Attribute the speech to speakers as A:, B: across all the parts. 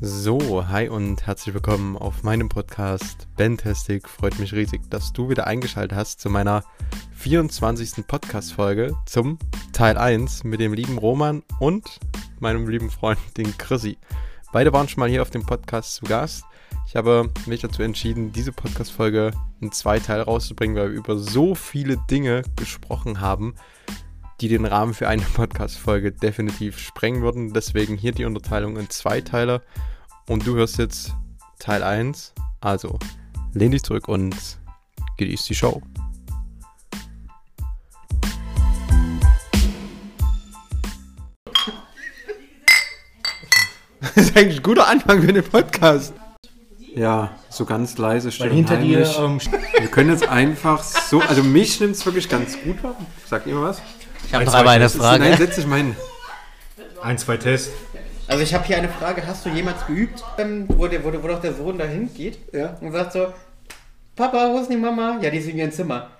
A: So, hi und herzlich willkommen auf meinem Podcast Bentastic. Freut mich riesig, dass du wieder eingeschaltet hast zu meiner 24. Podcast-Folge zum Teil 1 mit dem lieben Roman und meinem lieben Freund, den Chrissy. Beide waren schon mal hier auf dem Podcast zu Gast. Ich habe mich dazu entschieden, diese Podcast-Folge in zwei Teile rauszubringen, weil wir über so viele Dinge gesprochen haben, die den Rahmen für eine Podcast-Folge definitiv sprengen würden. Deswegen hier die Unterteilung in zwei Teile. Und du hörst jetzt Teil 1. Also lehn dich zurück und genieß die Show. Das ist eigentlich ein guter Anfang für den Podcast. Ja, so ganz leise, still
B: Weil hinter dir ähm,
A: Wir können jetzt einfach so, also mich nimmt es wirklich ganz gut wahr. Sag ihr mal was?
C: Ich habe noch einmal eine Frage.
A: Nein, setz dich mal hin.
B: ein, zwei Tests.
D: Also ich habe hier eine Frage, hast du jemals geübt, ähm, wo, der, wo, der- wo doch der Sohn da hingeht
A: Ja.
D: und sagt so, Papa, wo ist die Mama? Ja, die ist in ihrem Zimmer.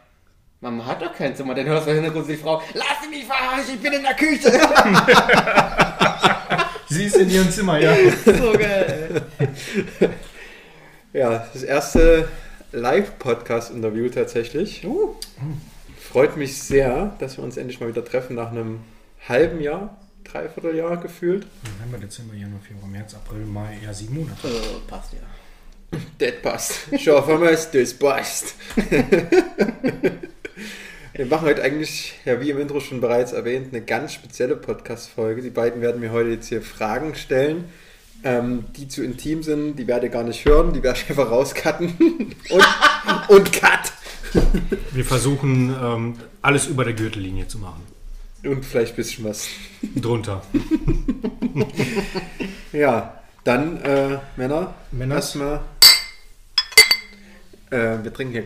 D: Mama hat doch kein Zimmer, dann hörst du hintergrund die Frau, lass mich verarschen, ich bin in der Küche.
B: Sie ist in ihrem Zimmer, ja.
D: so geil.
A: Ja, das erste Live-Podcast-Interview tatsächlich. Freut mich sehr, dass wir uns endlich mal wieder treffen nach einem halben Jahr, dreiviertel Jahr gefühlt.
B: November, Dezember, Januar, Februar, März, April, Mai, ja, sieben Monate.
D: So, passt ja.
A: Das passt. Ich hoffe mal, das passt. Wir machen heute eigentlich, ja wie im Intro schon bereits erwähnt, eine ganz spezielle Podcast-Folge. Die beiden werden mir heute jetzt hier Fragen stellen, ähm, die zu intim sind, die werde ich gar nicht hören, die werde ich einfach rauscutten. Und, und cut!
B: Wir versuchen, ähm, alles über der Gürtellinie zu machen.
A: Und vielleicht ein bisschen was.
B: Drunter.
A: Ja, dann äh, Männer.
B: Männer.
A: Erstmal. Äh, wir trinken hier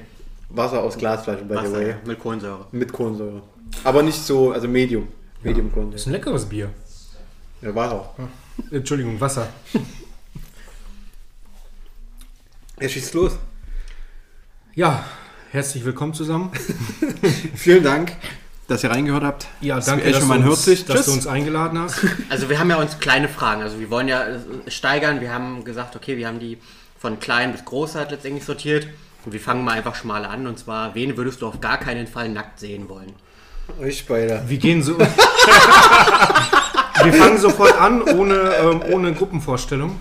A: Wasser aus Glasflaschen, by the
D: Wasser,
A: way.
D: ja, mit Kohlensäure.
A: Mit Kohlensäure. Aber nicht so, also Medium. Medium
B: Das
A: Kohlensäure.
B: ist ein leckeres Bier.
A: Ja, war auch.
B: Entschuldigung, Wasser.
A: Er schießt los.
B: Ja, herzlich willkommen zusammen.
A: Vielen Dank, dass ihr reingehört habt.
B: Ja,
A: Das
B: danke,
A: ist echt
B: dass,
A: schon mal
B: du
A: hört sich.
B: uns, dass du
A: Tschüss.
B: uns eingeladen hast.
D: Also wir haben ja uns kleine Fragen, also wir wollen ja äh, steigern, wir haben gesagt, okay, wir haben die von klein bis groß halt letztendlich sortiert und wir fangen mal einfach schmal an und zwar, wen würdest du auf gar keinen Fall nackt sehen wollen?
A: Euch beide.
B: Wir gehen so... Wir fangen sofort an, ohne, ähm, ohne Gruppenvorstellung.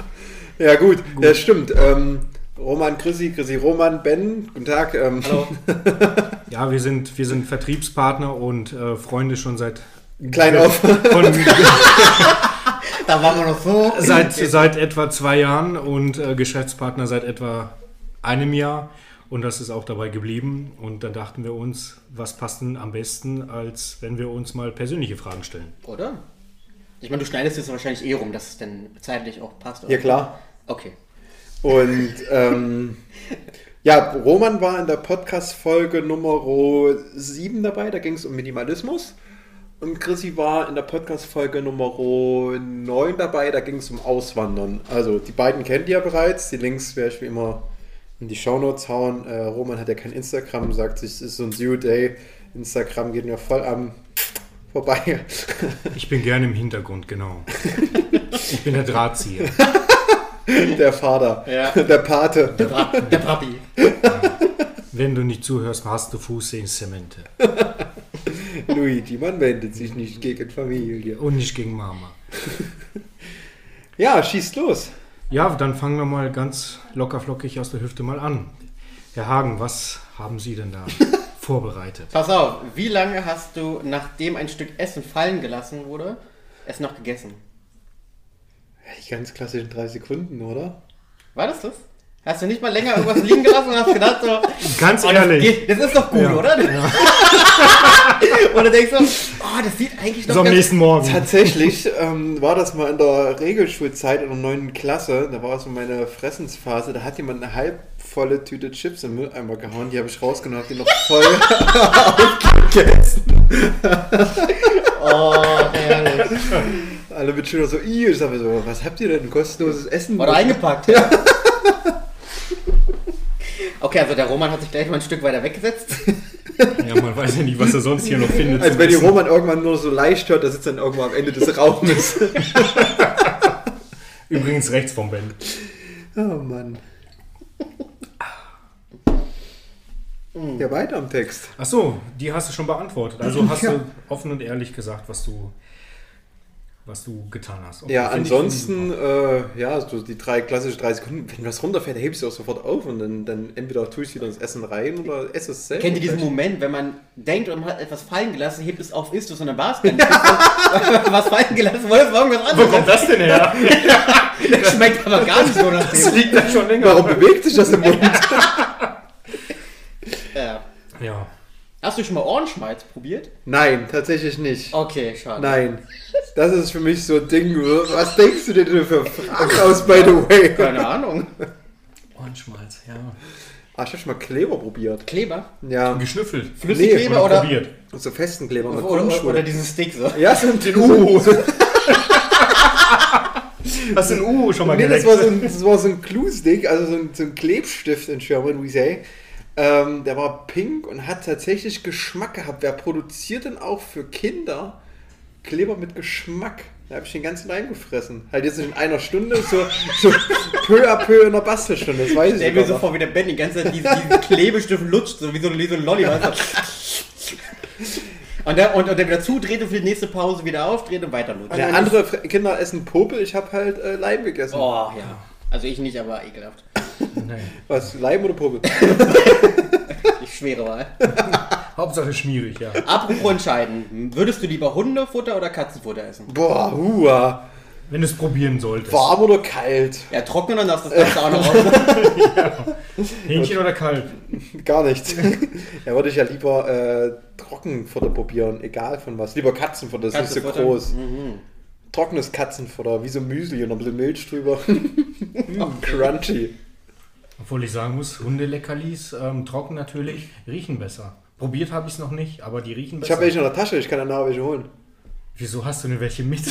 A: Ja, gut, das stimmt. Ähm, Roman, Chrissy, Chrissy, Roman, Ben, guten Tag. Ähm, Hallo.
B: Ja, wir sind, wir sind Vertriebspartner und äh, Freunde schon seit...
A: Klein auf.
B: Von,
D: Da waren wir noch so.
B: seit, seit etwa zwei Jahren und äh, Geschäftspartner seit etwa einem Jahr. Und das ist auch dabei geblieben. Und dann dachten wir uns, was passt denn am besten, als wenn wir uns mal persönliche Fragen stellen.
D: Oder? Ich meine, du schneidest es wahrscheinlich eh rum, dass es dann zeitlich auch passt. Oder?
A: Ja, klar.
D: Okay.
A: Und ähm, ja, Roman war in der Podcast-Folge Nummer 7 dabei, da ging es um Minimalismus. Und Chrissy war in der Podcast-Folge Nummer 9 dabei, da ging es um Auswandern. Also die beiden kennt ihr ja bereits, die Links werde ich wie immer in die Shownotes hauen. Äh, Roman hat ja kein Instagram, sagt sich, es ist so ein Zero Day. Instagram geht mir voll am vorbei.
B: Ich bin gerne im Hintergrund, genau. Ich bin der Drahtzieher.
A: der Vater,
D: Ja.
A: der Pate.
D: Der Papi.
B: Wenn du nicht zuhörst, hast du Fuß in Zemente.
A: Luigi, man wendet sich nicht gegen Familie.
B: Und nicht gegen Mama.
A: Ja, schießt los.
B: Ja, dann fangen wir mal ganz lockerflockig aus der Hüfte mal an. Herr Hagen, was haben Sie denn da vorbereitet?
D: Pass auf, wie lange hast du, nachdem ein Stück Essen fallen gelassen wurde, es noch gegessen?
A: Die ganz klassischen drei Sekunden, oder?
D: War das das? Hast du nicht mal länger irgendwas liegen gelassen und hast gedacht so,
B: Ganz
D: oh, das,
B: ehrlich.
D: geht, das ist doch gut,
B: Ja.
D: oder? Oder denkst du, oh, das sieht eigentlich noch
B: So am
D: ganz-
B: nächsten Morgen.
A: Tatsächlich ähm, war das mal in der Regelschulzeit in der 9. Klasse. Da war so meine Fressensphase. Da hat jemand eine halbvolle Tüte Chips im Mülleimer gehauen. Die habe ich rausgenommen, habe die noch voll aufgegessen.
D: Oh, herrlich.
A: Alle mit Schüler so, "Ih." ich sage so, was habt ihr denn? Kostenloses Essen?
D: Wurde eingepackt. Okay, also der Roman hat sich gleich mal ein Stück weiter weggesetzt.
B: Ja, man weiß ja nicht, was er sonst hier noch findet.
A: Als Also wenn die
B: Zum Essen.
A: Roman irgendwann nur so leicht hört, da sitzt dann irgendwo am Ende des Raumes.
B: Übrigens rechts vom Ben.
A: Oh Mann. Ja, weiter am Text.
B: Ach so, die hast du schon beantwortet. Also hast
A: Ja.
B: du offen und ehrlich gesagt, was du, was du getan hast. Okay,
A: Ja,
B: find ich-
A: ansonsten, äh, ja, so die drei klassische drei Sekunden, wenn was runterfällt, hebe ich sie auch sofort auf und dann, dann entweder tue ich sie dann ins Essen rein oder esse es selbst.
D: Kennt ihr diesen Moment, wenn man denkt und man hat etwas fallen gelassen, hebt es auf, isst es und dann war es gar nicht. was fallen gelassen, wollte es irgendwas
B: Wo
D: anderes.
B: kommt das denn her?
D: Das schmeckt aber gar nicht so nach
B: Das
D: dem.
B: liegt da schon länger.
A: Warum bewegt sich das im Mund?
D: Ja.
B: Ja.
D: Hast du schon mal Ohrenschmalz probiert?
A: Nein, tatsächlich nicht.
D: Okay, schade.
A: Nein. Das ist für mich so ein Ding. Was denkst du dir denn für Fragen aus, by the way?
D: Keine Ahnung.
B: Ohrenschmalz, ja.
A: Ah, ich hab schon mal Kleber probiert.
D: Kleber?
A: Ja,
B: Geschnüffelt.
D: Flüssigkleber
A: Nee,
D: oder, oder,
B: probiert.
A: so festen Kleber.
D: oder,
A: mit
D: oder,
A: Grundschule.
D: diesen Stick so.
A: ja, so ein den U.
B: Hast du ein U schon mal
A: Nee, das
B: geleckt?
A: war so ein, das war so ein Glue-Stick, also so ein, so ein Klebstift in German, we say. Ähm, der war pink und hat tatsächlich Geschmack gehabt. Wer produziert denn auch für Kinder Kleber mit Geschmack? Da habe ich den ganzen reingefressen. Halt jetzt nicht in einer Stunde, so, so peu à peu in der Bastelstunde, das weiß ich
D: Stell
A: nicht.
D: mir so
A: aber-
D: vor, wie der Ben die ganze Zeit diesen, diesen Klebestift lutscht, so wie so, wie so ein Lolli. Weißt du? und, der, und, und der wieder zudreht und für die nächste Pause wieder aufdreht und weiter lutscht.
A: Ja, andere Fre- Kinder essen Popel, ich habe halt äh, Leim gegessen.
D: Oh, ja. Also ich nicht, aber ekelhaft.
B: Nee.
A: Was, Leim oder Popel?
D: Ich schwere mal.
B: Hauptsache schmierig, ja.
D: Apropos entscheiden. Würdest du lieber Hundefutter oder Katzenfutter essen?
A: Boah, hua.
B: Wenn du es probieren solltest.
A: Warm oder kalt?
D: Ja, trocknen und darfst das Ganze auch noch raus.
B: Hähnchen oder kalt?
A: Gar nicht. ja, würde ich ja lieber äh, Trockenfutter probieren, egal von was. Lieber Katzenfutter, das ist nicht so
D: Katzenfutter. Mhm.
A: groß. Trockenes Katzenfutter, wie so Müsli und ein bisschen Milch drüber. Mm, Crunchy.
B: Obwohl ich sagen muss, Hundeleckerlis, ähm, trocken natürlich, riechen besser. Probiert habe ich es noch nicht, aber die riechen
A: Ich
B: besser.
A: habe welche in der Tasche, ich kann danach welche holen.
B: Wieso hast du denn welche mit?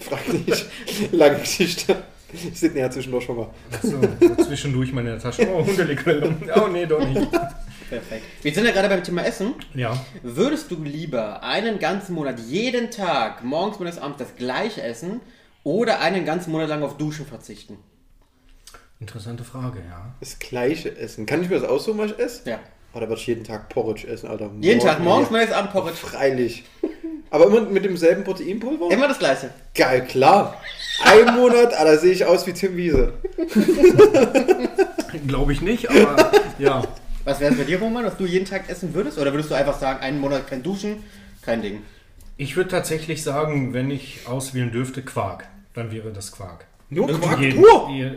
A: Frag nicht. Lange Geschichte. Ich sitze ja zwischendurch schon mal.
B: Achso, so zwischendurch meine Tasche. Oh, Hundeleckerlis. Oh, nee, doch nicht.
D: Perfekt. Wir sind ja gerade beim Thema Essen.
B: Ja.
D: Würdest du lieber einen ganzen Monat jeden Tag morgens, mittags, abends das gleiche essen oder einen ganzen Monat lang auf Duschen verzichten?
B: Interessante Frage, ja.
A: Das gleiche Essen. Kann ich mir das aussuchen, was ich esse?
D: Ja.
A: Oh, da würde ich jeden Tag Porridge essen, Alter.
D: Jeden Tag,
A: Morgen,
D: morgens, ne?
A: ey.
D: mittags, abends Porridge.
A: Freilich. Aber immer mit demselben Proteinpulver?
D: Immer das gleiche.
A: Geil, klar. Ein Monat, Alter, sehe ich aus wie Tim Wiese.
B: Glaube ich nicht, aber ja.
D: Was wäre es bei dir, Roman, was du jeden Tag essen würdest? Oder würdest du einfach sagen, einen Monat kein Duschen, kein Ding?
B: Ich würde tatsächlich sagen, wenn ich auswählen dürfte, Quark. Dann wäre das Quark.
A: Nur Quark
B: Jeden-
A: pur?
B: je-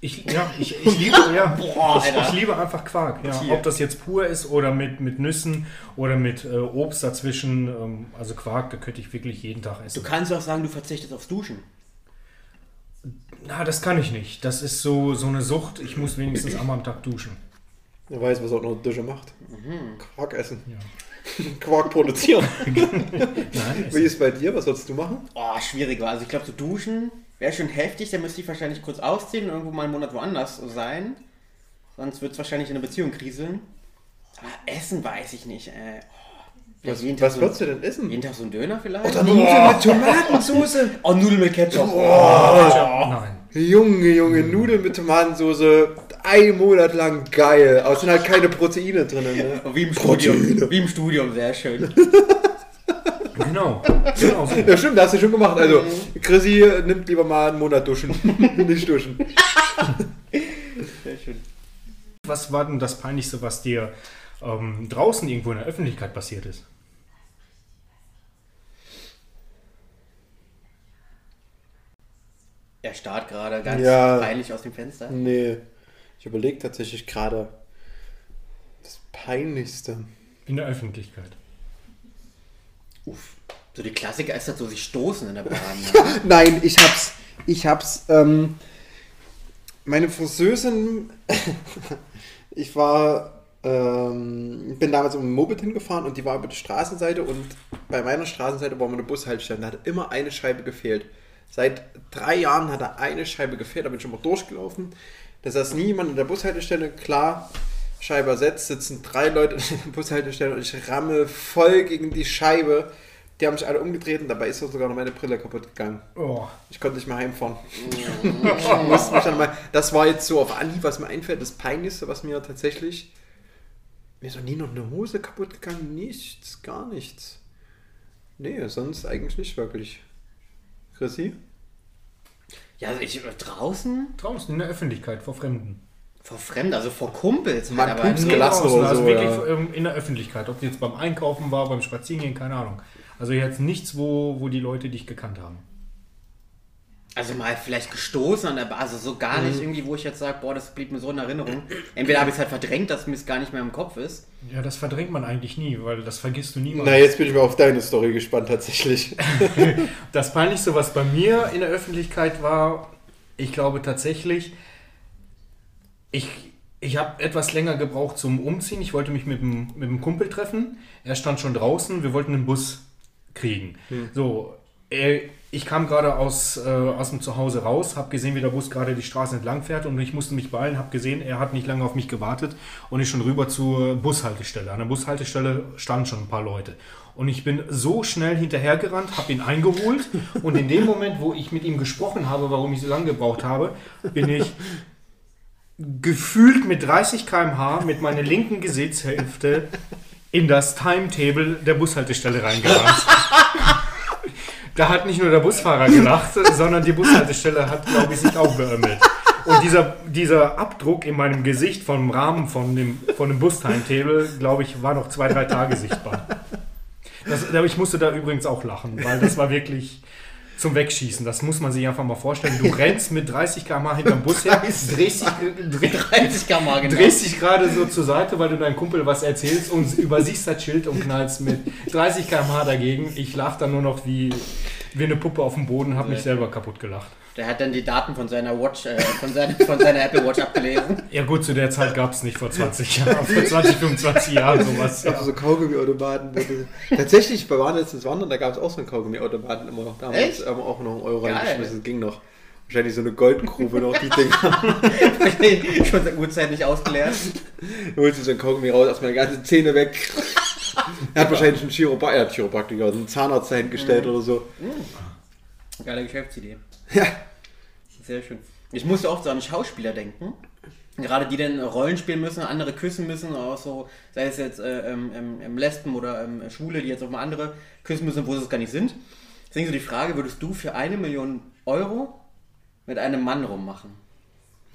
B: Ich, ja, ich, ich, liebe, ja,
D: Boah,
B: ich,
D: Alter.
B: ich liebe einfach Quark. Ja.
D: Tier.
B: Ob das jetzt pur ist oder mit, mit Nüssen oder mit äh, Obst dazwischen. Ähm, also Quark, da könnte ich wirklich jeden Tag
D: Du
B: essen.
D: kannst auch sagen, du verzichtest aufs Duschen.
B: Na, das kann ich nicht. Das ist so, so eine Sucht. Ich muss wenigstens einmal am Tag duschen.
A: Er weiß, was er noch Dusche macht.
B: Mhm.
A: Quark essen. Quark produzieren.
B: Nein,
A: Wie ist bei dir? Was sollst du machen?
D: Oh, schwierig war. Also ich glaube, zu duschen wäre schon heftig. Da müsste ich wahrscheinlich kurz ausziehen und irgendwo mal einen Monat woanders sein. Sonst wird es wahrscheinlich in einer Beziehung kriseln. Aber Essen weiß ich nicht. Äh, oh, vielleicht
A: Was,
D: jeden Tag
A: was
D: so-
A: würdest du denn essen?
D: Jeden Tag so ein Döner vielleicht?
A: Nudeln mit Tomatensauce.
D: oh, Nudeln mit Ketchup.
A: Oh,
B: Nein.
A: Junge, Junge, Nudeln mit Tomatensauce. Ein Monat lang geil. Aber es sind halt keine Proteine drin. Ne?
D: Oh, Wie im Studium. Wie im Studium, sehr schön.
B: Genau. genau so.
A: Ja, stimmt, das hast du schon gemacht. Also, Chrissy nimmt lieber mal einen Monat duschen. Nicht duschen.
D: Sehr schön.
B: Was war denn das Peinlichste, was dir ähm, draußen irgendwo in der Öffentlichkeit passiert ist?
D: Er starrt gerade ganz
A: Ja.
D: peinlich aus dem Fenster.
A: Nee. Ich überlege tatsächlich gerade. Das Peinlichste.
B: In der Öffentlichkeit.
D: Uff. So die Klassiker ist halt so, sich stoßen in der Bahn. ne?
A: Nein, ich hab's. Ich hab's. Ähm, meine Friseusin. ich war. Ähm, bin damals mit dem Moped hingefahren und die war über die Straßenseite und bei meiner Straßenseite war meine Bushaltestelle. Da hat immer eine Scheibe gefehlt. Seit drei Jahren hat da eine Scheibe gefehlt. Da bin ich immer durchgelaufen. Da saß niemand in der Bushaltestelle. Klar, Scheibe ersetzt, sitzen drei Leute in der Bushaltestelle und ich ramme voll gegen die Scheibe. Die haben mich alle umgetreten, dabei ist sogar noch meine Brille kaputt gegangen.
B: Oh.
A: Ich konnte nicht mehr heimfahren.
D: Mm.
A: ich musste mich dann mal. Das war jetzt so auf Anhieb, was mir einfällt, das Peinlichste, was mir tatsächlich. Mir ist noch nie noch eine Hose kaputt gegangen, nichts, gar nichts. Nee, sonst eigentlich nicht wirklich. Chrissy?
D: Ja, also ich draußen?
B: Draußen in der Öffentlichkeit vor Fremden.
D: Vor Fremden, also vor Kumpels.
A: Man
D: aber
A: pupst
D: nee.
A: gelassen. Lass
B: draußen,
A: doch
B: also
A: so,
B: wirklich
A: ja.
B: ähm, in der Öffentlichkeit. Ob jetzt beim Einkaufen war, beim Spazierengehen, keine Ahnung. Also jetzt nichts, wo, wo die Leute dich gekannt haben.
D: Also mal vielleicht gestoßen an der Bar, also so gar nicht irgendwie, wo ich jetzt sage, boah, das blieb mir so in Erinnerung. Entweder habe ich es halt verdrängt, dass mir es gar nicht mehr im Kopf ist.
B: Ja, das verdrängt man eigentlich nie, weil das vergisst du niemals.
A: Na, jetzt bin ich mal auf deine Story gespannt, tatsächlich.
B: Das Peinlichste, was bei mir in der Öffentlichkeit war, ich glaube tatsächlich, ich, ich habe etwas länger gebraucht zum Umziehen. Ich wollte mich mit dem, mit dem Kumpel treffen. Er stand schon draußen. Wir wollten einen Bus kriegen. So, äh, ich kam gerade aus, äh, aus dem Zuhause raus, habe gesehen, wie der Bus gerade die Straße entlang fährt und ich musste mich beeilen, habe gesehen, er hat nicht lange auf mich gewartet und ist schon rüber zur Bushaltestelle. An der Bushaltestelle standen schon ein paar Leute. Und ich bin so schnell hinterhergerannt, habe ihn eingeholt und in dem Moment, wo ich mit ihm gesprochen habe, warum ich so lange gebraucht habe, bin ich gefühlt mit 30 km/h mit meiner linken Gesichtshälfte in das Timetable der Bushaltestelle reingerannt. Da hat nicht nur der Busfahrer gelacht, sondern die Bushaltestelle hat, glaube ich, sich auch beömmelt. Und dieser, dieser Abdruck in meinem Gesicht vom Rahmen von dem, von dem Bus-Timetable, glaube ich, war noch zwei, drei Tage sichtbar. Das, ich musste da übrigens auch lachen, weil das war wirklich zum Wegschießen. Das muss man sich einfach mal vorstellen. Du rennst mit 30 km/h hinterm Bus her, drehst dich, dreh,
D: 30 kann mal genau.
B: drehst dich gerade so zur Seite, weil du deinem Kumpel was erzählst und übersiehst das Schild und knallst mit 30 km/h dagegen. Ich lach dann nur noch wie, wie eine Puppe auf dem Boden, hab mich selber kaputt gelacht.
D: Der hat dann die Daten von seiner Watch, äh, von, seiner, von seiner Apple Watch abgelesen.
B: Ja gut, zu der Zeit gab es nicht vor 20 Jahren, vor 20, 25 Jahren sowas.
A: Ich habe so Kaugummiautomaten. wo du- Tatsächlich, bei waren letztens wandern, da gab es auch so einen Kaugummiautomaten immer noch. Damals
D: Echt?
A: haben wir auch noch einen Euro
D: Geil.
A: reingeschmissen, das ging noch. Wahrscheinlich so eine Goldgrube noch, die Dinger.
D: schon seit guter Zeit nicht ausgeleert.
A: Du holst dir so einen Kaugummi raus, erstmal die ganze Zähne weg. Er hat wahrscheinlich einen Chiropraktiker, er hat Chiropraktiker, also einen Zahnarzt dahingestellt oder so.
D: Geile Geschäftsidee.
A: Ja.
D: Sehr schön. Ich musste oft so an Schauspieler denken. Gerade die dann Rollen spielen müssen, andere küssen müssen, auch so, sei es jetzt äh, ähm, ähm, ähm, Lesben oder ähm, Schwule, die jetzt auch mal andere küssen müssen, wo sie es gar nicht sind. Deswegen so die Frage, würdest du für eine Million Euro mit einem Mann rummachen?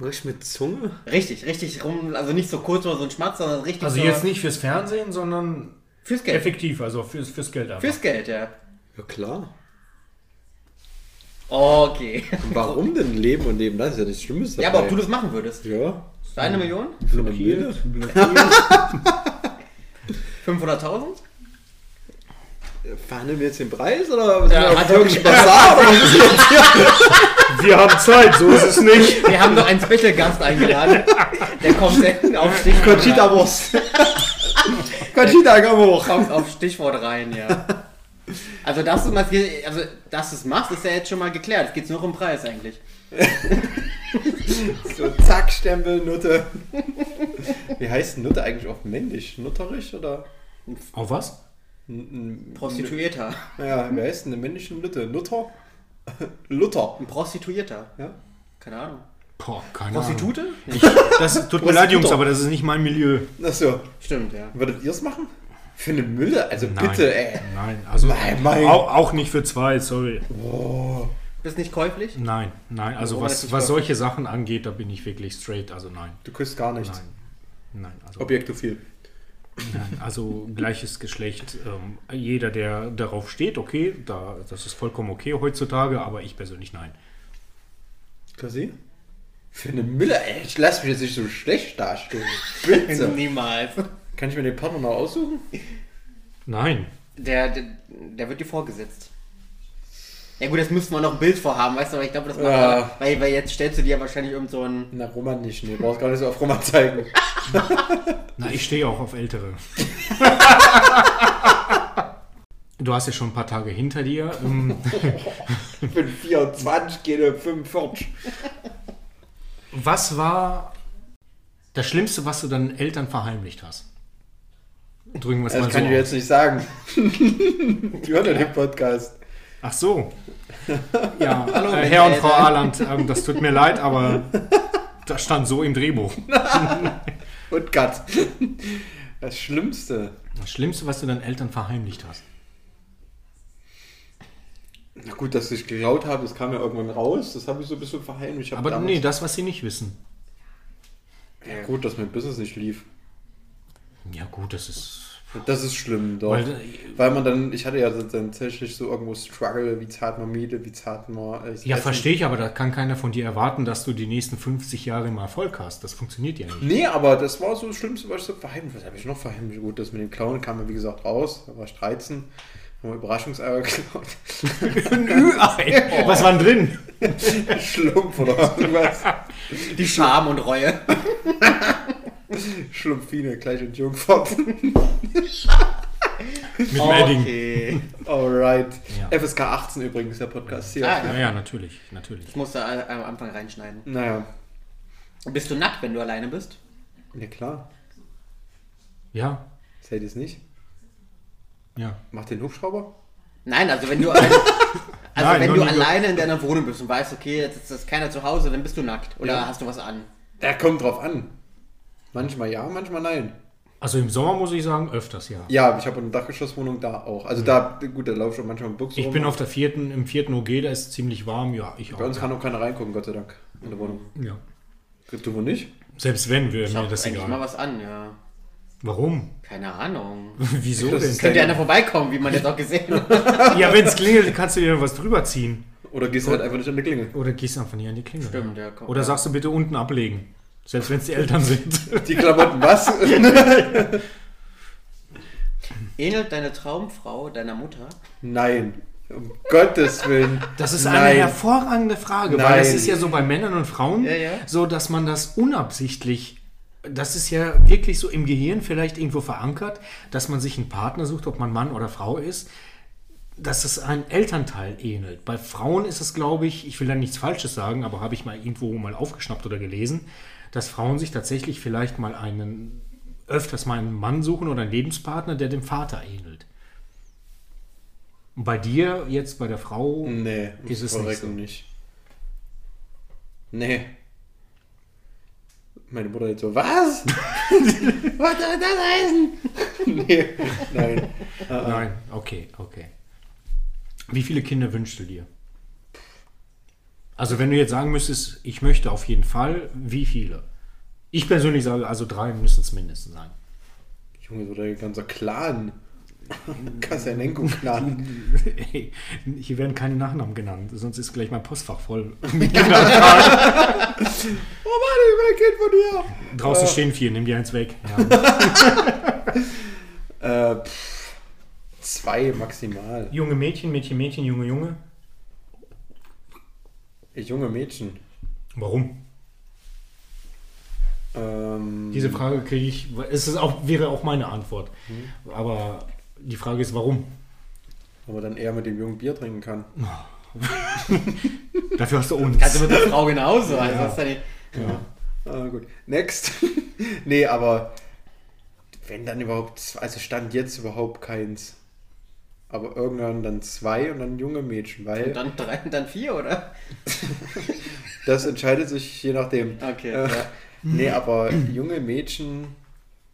A: Richtig mit Zunge?
D: Richtig, richtig rum, also nicht so kurz oder so ein Schmatz, sondern richtig
B: Also
D: so
B: jetzt nicht fürs Fernsehen, sondern
D: fürs Geld.
B: effektiv, also fürs, fürs Geld einfach.
D: Fürs Geld, ja.
A: Ja klar.
D: Okay.
A: Warum denn leben und leben? Das ist ja nichts Schlimmes dabei.
D: Ja, aber ob du das machen würdest?
A: Ja,
D: Für
B: Hm.
D: eine Million?
A: für eine Mühle.
D: 500.000?
A: Verhandeln wir jetzt den Preis oder sind
D: Ja,
A: wir auf
D: hat
A: wirklich
D: wirklich-
A: Bazar? oder was ist jetzt hier?
B: Wir haben Zeit, so ist es nicht.
D: Wir haben noch einen Special Gast eingeladen. Der kommt selten auf Stichwort
A: Conchita Wurst. Conchita Gambuch.
D: Kommt auf Stichwort rein, ja. Also, dass du mal- also, dass du es machst, ist ja jetzt schon mal geklärt. Es geht nur um Preis eigentlich.
A: So, zack, Stempel, Nutte. Wie heißt Nutte eigentlich auf männlich? Nutterisch oder?
B: Auf was?
D: Prostituierter.
A: Naja, wie heißt denn eine männliche Nutte? Nutter? Luther.
D: Ein Prostituierter.
A: Ja?
D: Keine Ahnung.
B: Boah, keine
D: Prostitute? Nee.
B: Das tut mir leid, Jungs, aber das ist nicht mein Milieu.
A: Achso,
D: Stimmt, ja.
A: Also, würdet ihr es machen? Für eine Mülle? Also
B: Nein.
A: bitte, ey.
B: Nein, also
A: Nein, mein-
B: Auch, auch nicht für zwei, sorry.
D: Bist nicht käuflich?
B: Nein, nein, also
D: Warum hat
B: was,
D: sich
B: was
D: das-
B: solche Sachen angeht, da bin ich wirklich straight, also nein.
A: Du küsst gar nichts.
B: Nein, nein, also,
A: Objektophil.
B: nein, also gleiches Geschlecht. Ähm, jeder, der darauf steht, okay, da, das ist vollkommen okay heutzutage, aber ich persönlich nein.
A: Kasi? Für eine Mülle, ey. Ich lass mich jetzt nicht so schlecht dastehen. Bitte.
D: Niemals.
A: Kann ich mir den Partner noch aussuchen?
B: Nein,
D: Der, der, der wird dir vorgesetzt. Ja gut, das müssten wir noch ein Bild vorhaben, weißt du, aber ich glaube, das macht
A: Ja.
D: weil, weil jetzt stellst du dir wahrscheinlich irgend so ein...
A: Na, Roman nicht. Nee, brauchst gar nicht so auf Roman zeigen.
B: Na, ich stehe auch auf Ältere. Du hast ja schon ein paar Tage hinter dir. Ähm,
A: Ich bin 24, gehe 45.
B: Was war das Schlimmste, was du deinen Eltern verheimlicht hast? Drücken wir es
C: Das
B: mal
C: Also
B: so.
C: kann ich
B: aus.
C: jetzt nicht sagen. Die hört ja den Podcast.
B: Ach so. Ja, äh, Herr und Frau Arland, ähm, das tut mir leid, aber das stand so im Drehbuch.
C: Und Cut. Das Schlimmste.
B: Das Schlimmste, was du deinen Eltern verheimlicht hast.
C: Na gut, dass ich geklaut habe, das kam ja irgendwann raus. Das habe ich so ein bisschen verheimlicht. Ich habe
B: Aber
C: damals-
B: nee, das, was sie nicht wissen.
C: Ja, gut, dass mein Business nicht lief.
B: Ja, gut, das ist.
C: Das ist schlimm, doch.
B: Weil-
C: Weil, man dann, ich hatte ja dann tatsächlich so irgendwo Struggle, wie zahlt man Miete, wie zahlt man. äh, das
B: Ja,
C: Essen.
B: verstehe ich, aber da kann keiner von dir erwarten, dass du die nächsten 50 Jahre im Erfolg hast. Das funktioniert ja nicht.
C: Nee, aber das war so das Schlimmste, was ich so verheimlicht Was habe ich noch verheimlicht? Gut, das mit dem Clown kam ja wie gesagt raus. Da war ich 13. Haben wir Überraschungseier geklaut.
B: Ein Ü-Ei. Was war denn drin?
C: Schlumpf oder irgendwas.
D: Die Scham und Reue.
C: Schlumpfine, gleich und Jungfort.
B: Mit Madding.
D: Okay.
C: Alright.
B: Ja.
C: FSK 18 übrigens, der Podcast hier.
D: Ah, ja.
B: Ja, ja, natürlich, natürlich.
D: Ich muss da am Anfang reinschneiden.
C: Naja,
D: Bist du nackt, wenn du alleine bist?
C: ja klar.
B: Ja,
C: Seht ihr es nicht?
B: ja.
C: Macht den Hubschrauber?
D: Nein, also wenn du, also
B: Nein,
D: wenn
B: noch
D: du
B: nie gehört.
D: alleine in deiner Wohnung bist und weißt, okay, jetzt ist, ist keiner zu Hause, dann bist du nackt oder
C: Ja.
D: hast du was an.
C: Ja, kommt drauf an. Manchmal ja, manchmal nein.
B: Also im Sommer muss ich sagen, öfters ja.
C: Ja, ich habe eine Dachgeschosswohnung da auch. Also da, gut, da laufe schon manchmal im Buchs
B: Mhm. Ich
C: rum.
B: bin auf der vierten, im vierten OG, da ist es ziemlich warm. Ja, ich auch.
C: Bei uns kann auch keiner reingucken, Gott sei Dank, in der Wohnung.
B: ja.
C: Du wohl nicht?
B: Selbst wenn, wäre
D: Ich
B: mir
D: hab
B: das
D: eigentlich mal
B: egal.
D: was an, ja.
B: Warum?
D: Keine Ahnung.
B: Wieso
C: Das
B: denn?
C: ist-
D: Könnte einer vorbeikommen, wie man jetzt auch gesehen hat.
B: Ja, wenn es klingelt, kannst du dir was drüber ziehen.
C: Oder gehst du halt einfach nicht an die Klingel?
B: Oder gehst einfach nicht an die Klingel.
D: Stimmt, ja, komm.
B: Oder sagst du bitte unten ablegen. Selbst wenn es die Eltern sind.
C: Die Klamotten, was?
D: Ähnelt deine Traumfrau deiner Mutter?
C: nein. Um Gottes Willen.
B: Das ist
C: Nein.
B: eine hervorragende Frage, weil
C: Nein.
B: das ist ja so bei Männern und Frauen
D: Ja, ja.
B: so, dass man das unabsichtlich, das ist ja wirklich so im Gehirn vielleicht irgendwo verankert, dass man sich einen Partner sucht, ob man Mann oder Frau ist, dass es einem Elternteil ähnelt. Bei Frauen ist es, glaube ich, ich will da nichts Falsches sagen, aber habe ich mal irgendwo mal aufgeschnappt oder gelesen, dass Frauen sich tatsächlich vielleicht mal einen, öfters mal einen Mann suchen oder einen Lebenspartner, der dem Vater ähnelt. Und bei dir jetzt, bei der Frau,
C: Nee,
B: Ist es
C: korrekt
B: nicht so.
C: nicht. Nee. Meine Mutter jetzt so, was? was soll das heißen? nee, nein.
B: Nein, okay, okay. Wie viele Kinder wünschst du dir? Also wenn du jetzt sagen müsstest, ich möchte auf jeden Fall, wie viele? Ich persönlich sage, also drei müssen es mindestens sein.
C: Junge, so der ganze Clan. Kasanenko-Clan.
B: Hey, hier werden keine Nachnamen genannt, sonst ist gleich mein Postfach voll.
C: Oh Mann, ich bin ein Kind von dir.
B: Draußen stehen vier, nimm dir eins weg. Ja.
C: Äh, pff, zwei maximal.
B: junge Mädchen, Mädchen, Mädchen, junge, junge.
C: Junge Mädchen.
B: Warum?
C: Ähm,
B: Diese Frage kriege ich, es ist auch, wäre auch meine Antwort. Aber die Frage ist, warum?
C: aber dann eher mit dem jungen Bier trinken kann.
B: Dafür hast du
D: Also
B: uns.
D: mit der Frau genauso. Also
B: Ja.
D: das ist ja nicht,
B: Ja.
C: Ah, gut. Next. nee, aber wenn dann überhaupt, zwei- also stand jetzt überhaupt keins. Aber irgendwann dann zwei und dann junge Mädchen, weil
D: dann drei und dann vier, oder?
C: das entscheidet sich je nachdem.
D: Ah, Okay,
C: Äh,
D: ja.
C: Nee, aber junge Mädchen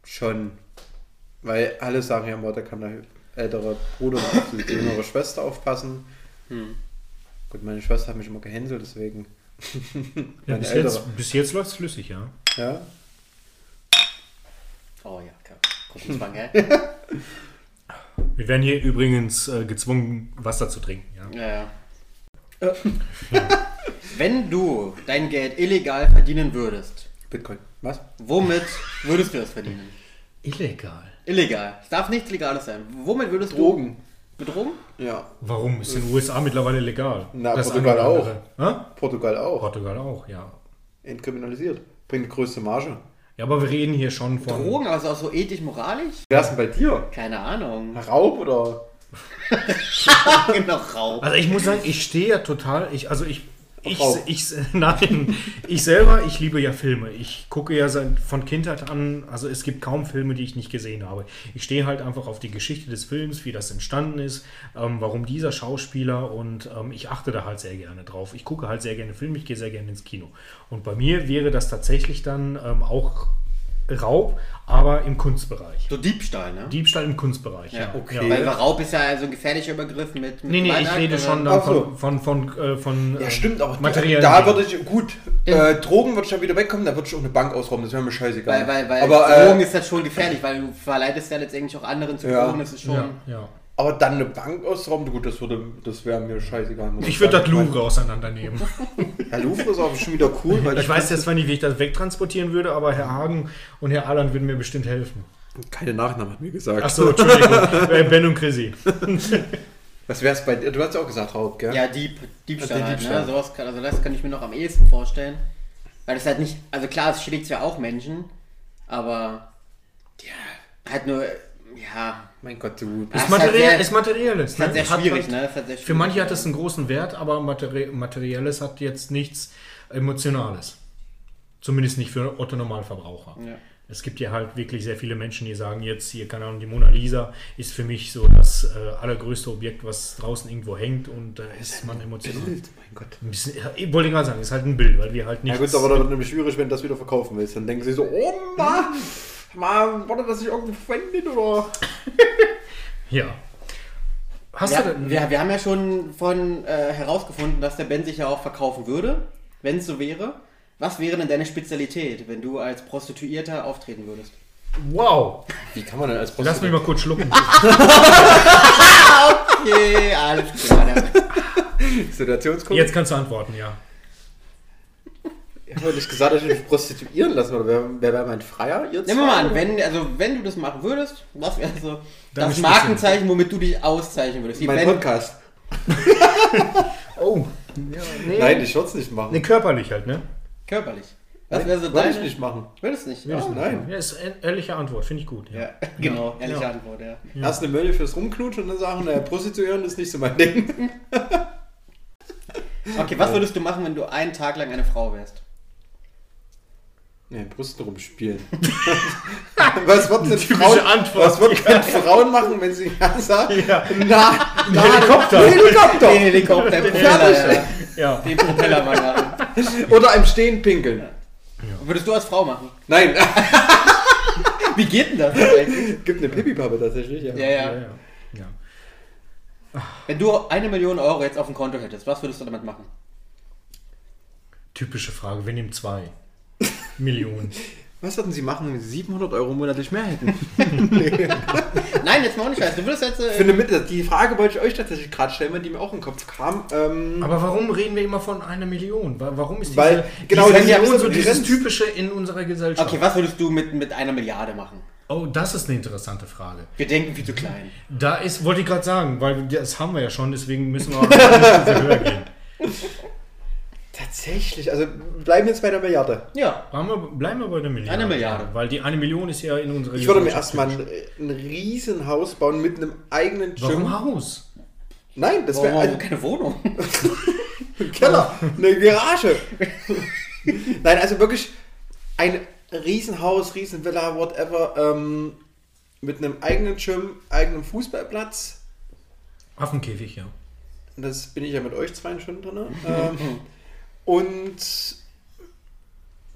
C: schon. Weil alle sagen ja immer, da kann der ältere Bruder und die jüngere Schwester aufpassen.
D: Hm.
C: Gut, meine Schwester hat mich immer gehänselt, deswegen.
B: Ja,
C: Meine
B: bis,
C: ältere.
B: jetzt, bis jetzt läuft es flüssig, ja.
C: Ja?
D: Oh ja, komm. Gruppenzwang, gell?
B: Wir werden hier übrigens äh, gezwungen, Wasser zu trinken. Ja.
D: Ja, ja. Wenn du dein Geld illegal verdienen würdest,
C: Bitcoin. Was?
D: womit würdest du es verdienen?
B: Illegal.
D: Illegal. Es darf nichts Legales sein. Womit würdest du.
C: Drogen.
D: Mit Drogen?
C: Ja.
B: Warum? Ist in den USA mittlerweile legal?
C: Na,
B: eine
C: Portugal
B: oder andere- Hä?
C: Portugal auch.
B: Portugal auch, ja.
C: Entkriminalisiert. Bringt die größte Marge.
B: Ja, aber wir reden hier schon von.
D: Drogen, also auch so ethisch, moralisch?
C: Wer ist denn bei dir?
D: Keine Ahnung.
C: Raub oder?
D: genau, Rauch.
B: Also ich muss sagen, ich stehe ja total, ich, also ich Ich,
D: Frau.
B: ich, nein, ich selber, ich liebe ja Filme. Ich gucke ja seit- von Kindheit an, also es gibt kaum Filme, die ich nicht gesehen habe. Ich stehe halt einfach auf die Geschichte des Films, wie das entstanden ist, ähm, warum dieser Schauspieler und ähm, ich achte da halt sehr gerne drauf. Ich gucke halt sehr gerne Filme, ich gehe sehr gerne ins Kino. Und bei mir wäre das tatsächlich dann ähm, auch Raub, aber im Kunstbereich.
D: So Diebstahl, ne?
B: Diebstahl im Kunstbereich.
D: Ja, okay.
B: Ja.
D: Weil Raub ist ja so ein gefährlicher Übergriff mit. mit
B: Nee, nee, ich
D: Gewaltakt,
B: rede
D: aber-
B: schon dann
C: Ach so.
B: von, von, von, äh, von
C: Ja,
B: äh,
C: stimmt, aber
B: materiellen
C: da
B: Dingen.
C: würde ich, gut, äh, Drogen würde ich dann wieder wegkommen, da würde ich auch eine Bank ausrauben, das wäre mir scheißegal.
D: Weil, weil, weil
C: aber,
D: Drogen
C: äh,
D: ist das schon gefährlich, weil du verleitest ja letztendlich auch anderen zu
C: Ja.
D: Drogen. Das ist schon.
B: Ja, ja.
C: aber dann eine Bank ausrauben, gut, das, würde, das wäre mir scheißegal. muss
B: Ich würde
C: sagen.
B: das Louvre auseinandernehmen.
C: Ja, Louvre ist aber schon wieder cool, weil da
B: Ich weiß jetzt zwar nicht, wie ich das wegtransportieren würde, aber Herr Hagen und Herr Alan würden mir bestimmt helfen.
C: keine Nachnamen hat mir gesagt.
B: Achso, Entschuldigung. Äh, ben und Chrissy.
C: Was wär's bei dir? Du hast ja auch gesagt, Haupt, gell?
D: Ja, Dieb, Diebstahl.
C: Also Diebstahl.
D: Ne? Sowas kann, also das kann ich mir noch am ehesten vorstellen. Weil das halt nicht, also klar, es schlägt ja auch Menschen, aber ja, halt nur, ja,
C: Mein Gott, du
D: Ah,
C: bist
B: Ist,
D: ist
B: materiell,
D: halt sehr-
B: ist materielles.
D: ist halt sehr
B: Hat-
D: schwierig,
B: hat-
D: ne? Ist halt sehr schwierig.
B: Für manche hat das einen großen Wert, aber Materie materielles hat jetzt nichts Emotionales. Zumindest nicht für Otto Normalverbraucher.
D: Ja.
B: Es gibt ja halt wirklich sehr viele Menschen, die sagen jetzt hier, keine Ahnung, die Mona Lisa ist für mich so das äh, allergrößte Objekt, was draußen irgendwo hängt und da ist man emotional.
C: Bild, mein Gott.
B: Ein bisschen, ja, ich wollte gerade sagen, ist halt ein Bild, weil wir halt
C: Ah. Ja
B: nicht.
C: gut, aber dann wird nämlich schwierig, wenn du das wieder verkaufen willst. Dann denken sie so, oh Mann, Hm. Mann, wurde das nicht irgendwo verwendet oder?
B: Ja. Hast
D: Wir,
B: du denn?
D: wir, wir haben ja schon von äh, herausgefunden, dass der Ben sich ja auch verkaufen würde, wenn es so wäre. Was wäre denn deine Spezialität, wenn du als Prostituierter auftreten würdest?
B: Wow!
C: Wie kann man denn als
B: Lass mich mal kurz schlucken.
D: Okay, alles klar. dann-
C: Situationskunde?
B: Jetzt kannst du antworten, ja.
C: Ich habe nicht gesagt, dass ich mich prostituieren lassen oder wer, wer wäre mein Freier? Ihr
D: Nehmen wir mal
C: zwei?
D: an, wenn, also, wenn du das machen würdest, was wäre so
B: Deine
D: das
B: Spezialität.
D: Markenzeichen, womit du dich auszeichnen würdest? Wie
C: Mein
D: Ben-
C: Podcast.
B: Oh.
C: Nein, ich würde es nicht machen.
B: Nee, körperlich halt, ne?
D: Körperlich. Was
C: Nein,
D: wäre so
C: würd
D: deine...
C: ich nicht machen.
D: Würdest nicht?
B: Will ich
D: Ah,
B: nicht.
C: nein.
B: Ja, ist eine ehrliche Antwort, finde ich gut. Ja.
D: Ja, genau, ehrliche Antwort, ja.
C: Erst eine Mölle fürs Rumknutschen und dann sagen, naja, prostituieren ist nicht so mein Ding.
D: Okay, was würdest du machen, wenn du einen Tag lang eine Frau wärst?
C: Nee, Brüsten rumspielen. was wird denn
B: Typische
C: Frauen,
B: Antwort.
C: was wird denn Frauen machen, wenn sie ja sagen?
B: Ja.
C: Na, na,
B: Helikopter.
C: Helikopter.
D: Den Helikopter, den Propeller, ja.
B: Ja.
D: Den Propeller mal gerade.
C: Oder im Stehen pinkeln.
D: Würdest du als Frau machen?
C: Nein,
D: Wie geht denn das eigentlich?
C: gibt eine Pipipappe tatsächlich. Ja.
D: Ja,
B: Ja,
D: ja.
B: ja. ja.
D: Wenn du eine Million Euro jetzt auf dem Konto hättest, was würdest du damit machen?
B: Typische Frage, wir nehmen zwei. Millionen.
C: Was würden sie machen, wenn sie 700 Euro monatlich mehr hätten?
D: Nein, jetzt mal ohne Scheiß. Du würdest jetzt...
C: Ich
D: Äh,
C: finde mit, die Frage wollte ich euch tatsächlich gerade stellen, weil die mir auch in den Kopf kam. Ähm,
B: Aber warum reden wir immer von einer Million? Wa- Warum ist diese,
C: Weil- genau,
B: diese
C: das ist ja
B: Million
C: so
B: so dieses
C: begrenzt.
B: Typische in unserer Gesellschaft?
D: okay, was würdest du mit, mit einer Milliarde machen?
B: Oh, das ist eine interessante Frage.
D: Wir denken viel zu klein.
B: Da ist, wollte ich gerade sagen, weil das haben wir ja schon, deswegen müssen wir auch nicht höher gehen.
C: tatsächlich, also bleiben jetzt bei der Milliarde.
D: Ja.
B: Bleiben wir, bleiben wir bei der Milliarde.
D: Eine Milliarde.
B: Ja, weil die eine Million ist ja in unserer
C: Ich würde mir
B: Gesellschaft
C: erstmal ein, ein Riesenhaus bauen mit einem eigenen Gym.
B: Warum Haus?
C: Nein, das wäre
D: Warum
C: ein
D: also keine Wohnung?
C: Keller, eine Garage. Nein, also wirklich ein Riesenhaus, Riesenvilla, whatever, ähm, mit einem eigenen Gym, eigenem Fußballplatz.
B: Affenkäfig, ja.
C: Und Das bin ich ja mit euch zwei schon drin. Ähm, und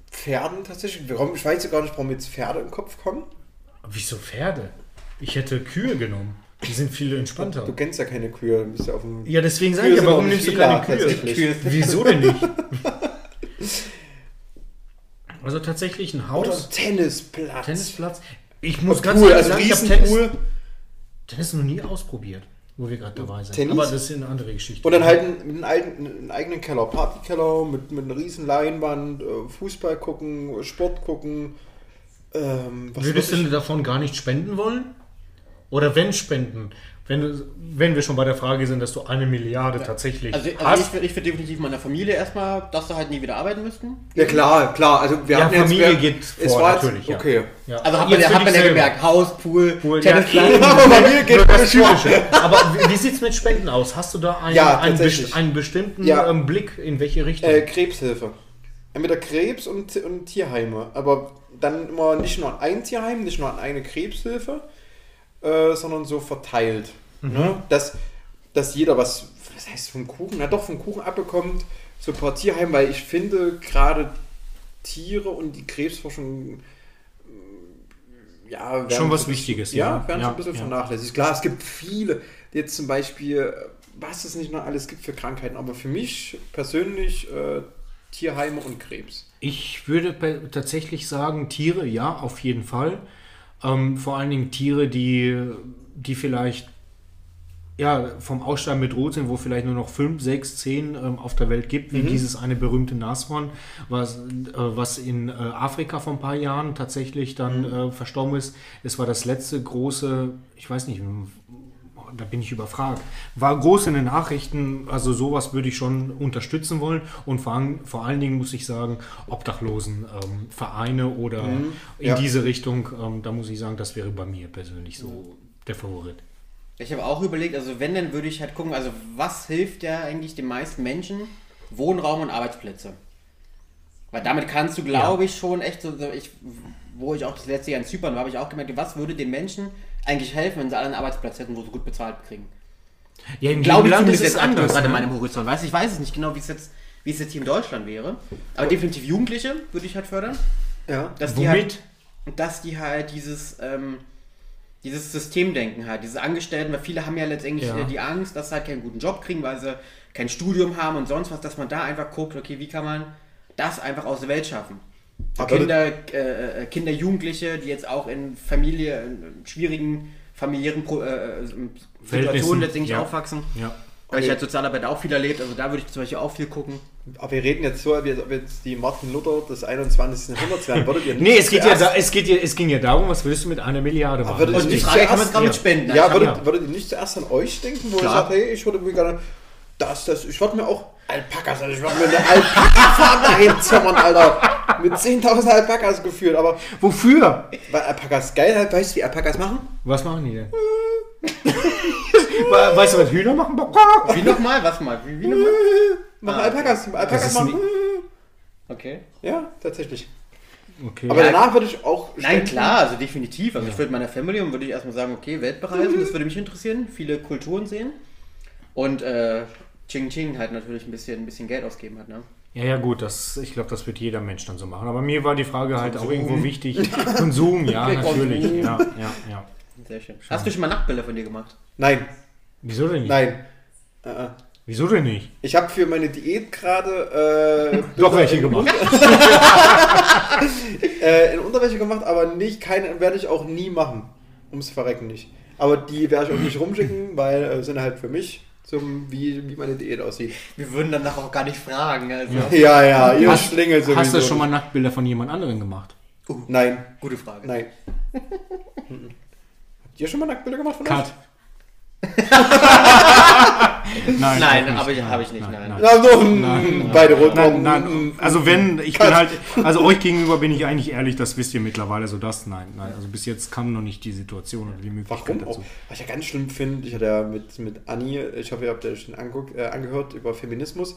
C: Pferden tatsächlich. Warum, ich weiß ja gar nicht, warum jetzt Pferde im Kopf kommen.
B: Aber Wieso Pferde? Ich hätte Kühe genommen. Die sind viel entspannter.
C: Du kennst ja keine Kühe, du bist ja auf dem.
B: Ja, deswegen sage
C: Kühe
B: ich ja,
C: sind
B: warum
C: auch
B: nimmst du
C: lila,
B: keine Kühe?
C: tatsächlich.
D: Tür ist
B: Wieso denn nicht? Also tatsächlich ein
C: Oder
B: Haus,
C: ein Tennisplatz.
B: Tennisplatz. Ich muss ganz
C: Pool,
B: ehrlich
C: also
B: sagen, ich habe
C: Riesenpool.
B: Tennis, Tennis noch nie ausprobiert, wo wir gerade dabei sind.
C: Tennis?
B: Aber das ist eine andere Geschichte.
C: Und dann halt einen, einen, alten- einen eigenen Keller, Partykeller mit, mit einer riesen Leinwand, äh, Fußball gucken, Sport gucken. Ähm, was
B: Würdest
C: würd
B: du davon gar nicht spenden wollen? Oder wenn spenden, wenn, du, wenn wir schon bei der Frage sind, dass du eine Milliarde tatsächlich
D: Also, also ich
B: hast.
D: würde ich würd definitiv meiner Familie erstmal, dass sie halt nie wieder arbeiten müssten.
C: Ja, klar, klar. Also, wir
B: Ja,
C: hatten jetzt-
B: Familie
C: wir-
B: geht
C: es
B: vor,
C: war jetzt-
B: natürlich, ja.
C: Okay.
B: Ja.
D: Also hat man,
B: Jetzt
D: ja,
B: für
D: hat man
B: dich
D: ja
B: selber.
D: gemerkt, Haus, Pool,
B: Pool, ja,
D: Tennisplatz.
B: eben.
C: Aber Familie
B: Nur
C: geht
B: das
C: vor.
B: Typische. Aber wie, wie sieht es mit Spenden aus? Hast du da einen,
C: Ja,
B: einen,
C: tatsächlich.
B: best- einen bestimmten
C: Ja.
B: ähm, Blick, in welche Richtung?
C: Äh, Krebshilfe. Entweder Krebs und, und Tierheime. Aber dann immer nicht nur an ein Tierheim, nicht nur an eine Krebshilfe, äh, sondern so verteilt. Ne? Dass, dass jeder was, was heißt vom Kuchen, na doch vom Kuchen abbekommt, so ein paar Tierheime, weil ich finde gerade Tiere und die Krebsforschung. äh, Ja, werden
B: Schon was
C: so ein bisschen-
B: Wichtiges,
C: Ja,
B: ja.
C: werden
B: Ja,
C: schon ein bisschen
B: ja.
C: vernachlässigt. Klar, es gibt viele, jetzt zum Beispiel, was es nicht noch alles gibt für Krankheiten, aber für mich persönlich äh, Tierheime und Krebs.
B: Ich würde pe- tatsächlich sagen, Tiere, ja, auf jeden Fall. Ähm, vor allen Dingen Tiere, die, die vielleicht ja, vom Aussterben bedroht sind, wo vielleicht nur noch fünf, sechs, zehn ähm, auf der Welt gibt, wie dieses eine berühmte Nashorn, was, äh, was in äh, Afrika vor ein paar Jahren tatsächlich dann äh, verstorben ist. Es war das letzte große, ich weiß nicht, da bin ich überfragt. War groß in den Nachrichten, also sowas würde ich schon unterstützen wollen. Und vor, an- vor allen Dingen muss ich sagen, Obdachlosenvereine ähm, Vereine oder in
C: ja.
B: diese Richtung, ähm, da muss ich sagen, das wäre bei mir persönlich so der Favorit.
D: Ich habe auch überlegt, also wenn, dann würde ich halt gucken, also was hilft ja eigentlich den meisten Menschen? Wohnraum und Arbeitsplätze. Weil damit kannst du, glaube ich, schon echt so, so ich, wo ich auch das letzte Jahr in Zypern war, habe ich auch gemerkt, was würde den Menschen eigentlich helfen, wenn sie alle einen Platz hätten, wo sie gut bezahlt kriegen?
B: Ja, in jedem
D: Glaube ich
B: Land
D: zumindest
B: ist es
D: jetzt anders,
B: anders.
D: gerade in
B: Ne?
D: meinem Horizont. Weiß, ich weiß es nicht genau, wie es jetzt wie es jetzt hier in Deutschland wäre. Aber definitiv Jugendliche würde ich halt fördern.
C: Ja.
D: Dass die halt-
B: Womit?
D: und dass die halt dieses, ähm, dieses Systemdenken halt, diese Angestellten, weil viele haben ja letztendlich
B: Ja.
D: äh, die Angst, dass sie halt keinen guten Job kriegen, weil sie kein Studium haben und sonst was, dass man da einfach guckt, okay, wie kann man das einfach aus der Welt schaffen? Für
C: Aber-
D: Kinder, äh, äh, Kinder, Jugendliche, die jetzt auch in Familie, in schwierigen familiären Pro äh, äh, Situationen letztendlich
B: ja.
D: aufwachsen.
B: Ja.
D: Weil ich
C: Okay.
D: halt Sozialarbeit auch viel erlebt, also da würde ich zum Beispiel auch viel gucken.
C: Aber wir reden jetzt so, als ob jetzt die Martin Luther des 21. Jahrhunderts werden. Würdet ihr nicht
B: Nee, es, geht ja,
C: zuerst-
B: da, es, geht ja, es ging ja darum, was willst du mit einer Milliarde machen?
C: würde ich
D: Und die
C: nicht
D: Frage kann man
C: zuerst-
D: gerade mit
B: ja.
D: Spenden.
C: Ja,
D: also
C: würdet,
B: ja.
C: würdet ihr nicht zuerst an euch denken, wo ihr
D: Klar.
C: sagt, hey, ich würde mir gerne das, das, ich würde mir auch Alpakas, also ich würde mir eine Alpaka-Farm dahin zimmern, Alter. Mit 10.000 Alpakas geführt, aber
B: Wofür?
C: weil Alpakas geil halt, weißt du, wie Alpakas machen?
B: Was machen die denn? We- weißt du, was Hühner machen?
D: Wie nochmal? Was mal? Wie, wie nochmal?
C: Machen
D: Ah,
C: Alpakas, Alpakas
B: ist
C: machen.
D: Okay.
C: Ja, tatsächlich.
B: Okay.
C: Aber
D: Ja.
C: danach würde ich auch.
D: Nein,
C: spenden.
D: klar, also definitiv. Also ich würde meiner Family und würde ich erstmal sagen, okay, Welt bereisen, das würde mich interessieren, viele Kulturen sehen und äh, Ching Ching halt natürlich ein bisschen, ein bisschen Geld ausgeben hat, ne?
B: Ja, ja, gut, das, ich glaube, das wird jeder Mensch dann so machen. Aber mir war die Frage halt auch irgendwo wichtig. Konsum, ja, natürlich. Ja, ja, ja.
D: Sehr schön. Hast du schon mal Nachtbilder von dir gemacht?
C: Nein,
B: Wieso denn nicht?
C: nein. Äh, äh.
B: Wieso denn nicht?
C: Ich habe für meine Diät gerade äh,
B: Doch welche gemacht.
C: äh, in Unterwäsche gemacht, aber nicht, keine werde ich auch nie machen. Ums Verrecken nicht. Aber die werde ich auch nicht rumschicken, weil äh, sind halt für mich, zum, wie, wie meine Diät aussieht.
D: Wir würden danach auch gar nicht fragen. Also.
C: Ja, ja, ihr
B: Hast,
C: schlingelt sowieso.
B: hast du schon mal Nacktbilder von jemand anderem gemacht?
C: Nein,
D: Oh, Gute Frage.
C: nein. Habt ihr schon mal Nacktbilder gemacht von
B: Cut.
C: euch?
B: Nein,
D: Nein,
B: hab ich
D: aber ich- hab ich nicht, nein.
C: Na, so,
B: Nein,
C: nein,
B: nein.
C: beide rot.
B: Nein, nein, also wenn, ich bin halt, also euch gegenüber bin ich eigentlich ehrlich, das wisst ihr mittlerweile, so das, nein, nein, also bis jetzt kam noch nicht die Situation oder die Möglichkeit
C: Warum auch?
B: dazu.
C: Was ich ja ganz schlimm finde, ich hatte ja mit, mit Anni, ich hoffe, ihr habt euch den anguckt, äh, angehört über Feminismus.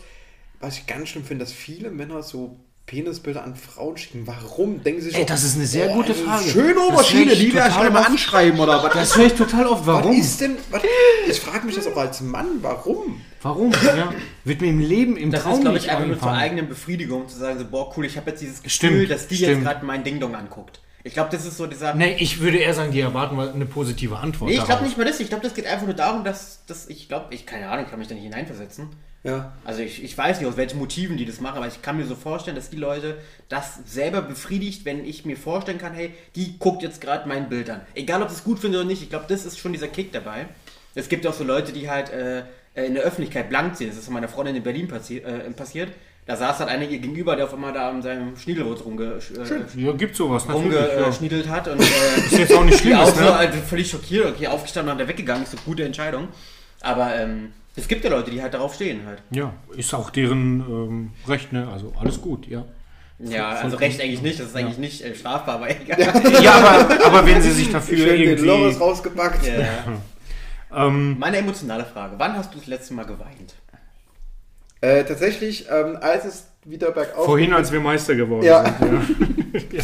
C: Was ich ganz schlimm finde, dass viele Männer so Penisbilder an Frauen schicken. Warum? Denken sie sich
B: Ey,
C: auch,
B: das ist eine sehr
C: boah,
B: gute
C: das ist eine
B: Frage.
C: Schöne
B: Das
C: Oberschiene,
B: wär ich
C: die werde ich
B: total
C: gerne mal
B: auf-
C: anschreiben oder was?
B: Das höre ich total oft,
C: was
B: warum?
C: ist denn? Was, ich frage mich das auch als Mann, warum?
B: Warum? Ja. Wird mir im Leben, im
D: Das
B: Traum
D: ist, glaube
B: nicht
D: ich, einfach nur zur
B: eingefallen.
D: eigenen Befriedigung, um zu sagen, so, boah, cool, ich habe jetzt dieses Gefühl,
B: Stimmt,
D: dass die jetzt
B: stimmt.
D: gerade mein Ding-Dong anguckt. Ich glaube, das ist so dieser...
B: Nee, ich würde eher sagen, die erwarten mal eine positive Antwort.
D: Nee, ich glaube
B: darauf.
D: nicht mal das. Ich glaube, das geht einfach nur darum, dass, dass ich glaube, ich, keine Ahnung, ich kann mich da nicht hineinversetzen.
C: Ja.
D: Also ich, ich weiß nicht, aus welchen Motiven die das machen, aber ich kann mir so vorstellen, dass die Leute das selber befriedigt, wenn ich mir vorstellen kann, hey, die guckt jetzt gerade mein Bild an. Egal, ob sie es gut findet oder nicht, ich glaube, das ist schon dieser Kick dabei. Es gibt auch so Leute, die halt äh, äh, in der Öffentlichkeit blank ziehen. Das ist meiner Freundin in Berlin passi äh, passiert. Da saß dann einige gegenüber, der auf einmal da an seinem Schniedelwurz äh, rumgeschniedelt
B: Ja, gibt sowas
D: äh,
B: natürlich. Ja.
D: rumgeschniedelt hat. Und, äh,
B: Ist jetzt auch nicht
D: die auch
B: schlimmes,
D: so
B: ne?
D: also völlig schockiert, okay, aufgestanden und dann weggegangen, ist eine gute Entscheidung. Aber ähm, es gibt ja Leute, die halt darauf stehen halt.
B: Ja, ist auch deren ähm, Recht, ne? Also alles gut, ja.
D: Ja,
B: Voll-
D: also
B: voll-
D: recht eigentlich nicht, das ist eigentlich nicht äh, strafbar, aber egal.
B: Ja, aber, aber wenn sie sich dafür
C: Schön den Loris
B: irgendwie.
C: rausgepackt.
D: Ja.
B: Ähm,
D: Meine emotionale Frage, wann hast du das letzte Mal geweint?
C: Äh, tatsächlich, ähm, als es wieder bergauf
B: vorhin, als wir Meister geworden
C: Ja.
B: sind. Ja.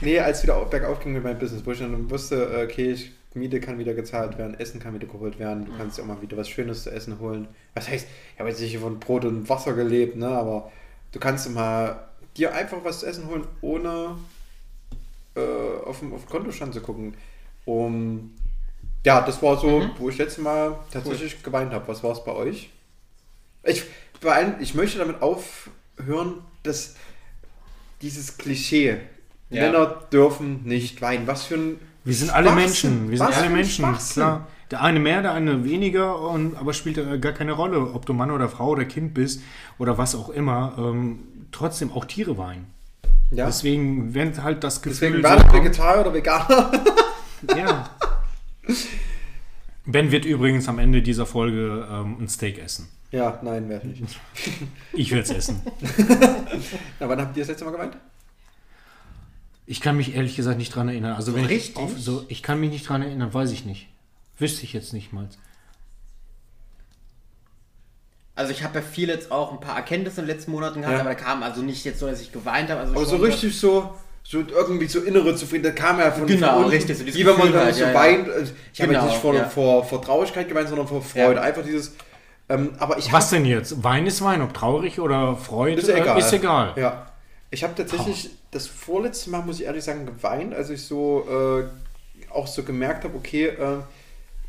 C: Nee, als wieder auf, bergauf ging mit meinem Business, wo ich dann wusste, äh, okay, ich, Miete kann wieder gezahlt werden, Essen kann wieder geholt werden, du kannst dir auch mal wieder was Schönes zu essen holen. Was heißt, ich habe jetzt nicht von Brot und Wasser gelebt, ne, aber du kannst mal dir einfach was zu essen holen, ohne äh, auf den auf den Kontostand zu gucken. Um, ja, das war so, wo ich letztes Mal tatsächlich geweint habe. Was war es bei euch? Ich, bei allen, ich möchte damit aufhören, dass dieses Klischee,
D: Ja.
C: Männer dürfen nicht weinen. Was für ein.
B: Wir sind alle
C: Schwachsinn.
B: Menschen. Wir sind
C: Was
B: alle
C: für ein
B: Menschen,
C: Schwachsinn.
B: klar. Der eine mehr, der eine weniger, und, aber spielt äh, gar keine Rolle, ob du Mann oder Frau oder Kind bist oder was auch immer. Ähm, trotzdem auch Tiere weinen.
C: Ja.
B: Deswegen, wenn halt das Gefühl
C: Deswegen werden
B: so kommt,
C: Vegetarier oder Veganer.
B: ja. Ben wird übrigens am Ende dieser Folge ähm, ein Steak essen.
C: Ja, nein, werde ich nicht.
B: Ich werde es essen.
C: Na, wann habt ihr das letzte Mal geweint?
B: Ich kann mich ehrlich gesagt nicht dran erinnern. Also wenn
D: richtig?
B: ich auf, so, ich kann mich nicht dran erinnern, weiß ich nicht. Wüsste ich jetzt nicht mal.
D: Also ich habe ja viel jetzt auch ein paar Erkenntnisse in den letzten Monaten gehabt,
C: Ja.
D: aber da kam also nicht jetzt so, dass ich geweint habe. Also
C: Aber so
D: schon-
C: richtig so, so irgendwie so innere Zufriedenheit kam ja von
D: Genau,
C: von unten,
D: richtig, so dieses
C: wie wenn man
D: Gefühl
C: dann
D: halt,
C: so
D: ja, ja.
C: weint. Also Ich habe
D: Genau,
C: jetzt nicht vor,
D: ja.
C: vor, vor Traurigkeit geweint, sondern vor Freude.
D: Ja.
C: Einfach dieses. Ähm, aber ich
B: Was denn jetzt? Wein ist Wein, ob traurig oder Freude
C: Ist ja egal.
B: äh, Ist egal.
C: Ja. Ich habe tatsächlich das vorletzte Mal, muss ich ehrlich sagen, geweint, als ich so äh, auch so gemerkt habe, okay, äh,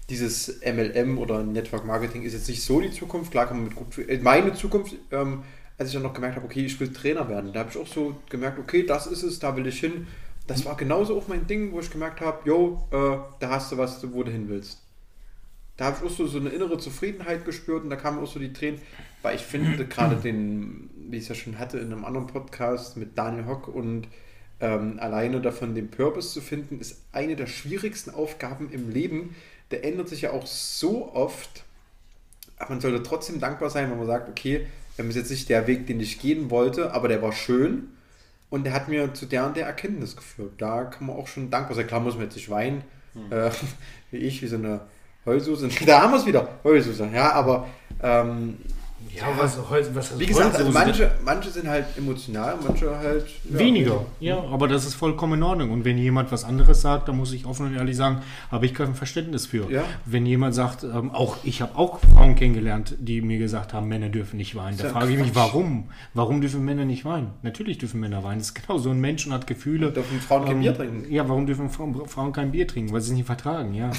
C: dieses MLM oder Network Marketing ist jetzt nicht so die Zukunft. Klar kann man mit gut, äh, meine Zukunft, ähm, als ich dann noch gemerkt habe, okay, ich will Trainer werden, da habe ich auch so gemerkt, okay, das ist es, da will ich hin. Das war genauso auch mein Ding, wo ich gemerkt habe, yo, äh, da hast du was, wo du hin willst da habe ich auch so, so eine innere Zufriedenheit gespürt und da kamen auch so die Tränen, weil ich finde gerade den, wie ich es ja schon hatte in einem anderen Podcast mit Daniel Hock und ähm, alleine davon den Purpose zu finden, ist eine der schwierigsten Aufgaben im Leben. Der ändert sich ja auch so oft, aber man sollte trotzdem dankbar sein, wenn man sagt, okay, das ist jetzt nicht der Weg, den ich gehen wollte, aber der war schön und der hat mir zu der und der Erkenntnis geführt. Da kann man auch schon dankbar sein. Klar muss man jetzt nicht weinen,
D: Hm.
C: äh, wie ich, wie so eine Heulsuse. Da haben wir es wieder, Heulsuse. Ja, aber ähm,
B: Ja, was, was
C: wie gesagt, also manche, manche sind halt emotional, manche halt ja,
B: Weniger. Ja, aber das ist vollkommen in Ordnung. Und wenn jemand was anderes sagt, dann muss ich offen und ehrlich sagen, habe ich kein Verständnis für.
C: Ja.
B: Wenn jemand sagt, ähm, auch ich habe auch Frauen kennengelernt, die mir gesagt haben, Männer dürfen nicht weinen. Da
C: ja
B: frage ich mich,
C: Quatsch.
B: warum? Warum dürfen Männer nicht weinen? Natürlich dürfen Männer weinen. Das ist genau so ein Mensch und hat Gefühle. Ähm,
C: Dürfen Frauen kein Bier trinken?
B: Ja, warum dürfen Frauen, Frauen kein Bier trinken? Weil sie es nicht vertragen, ja.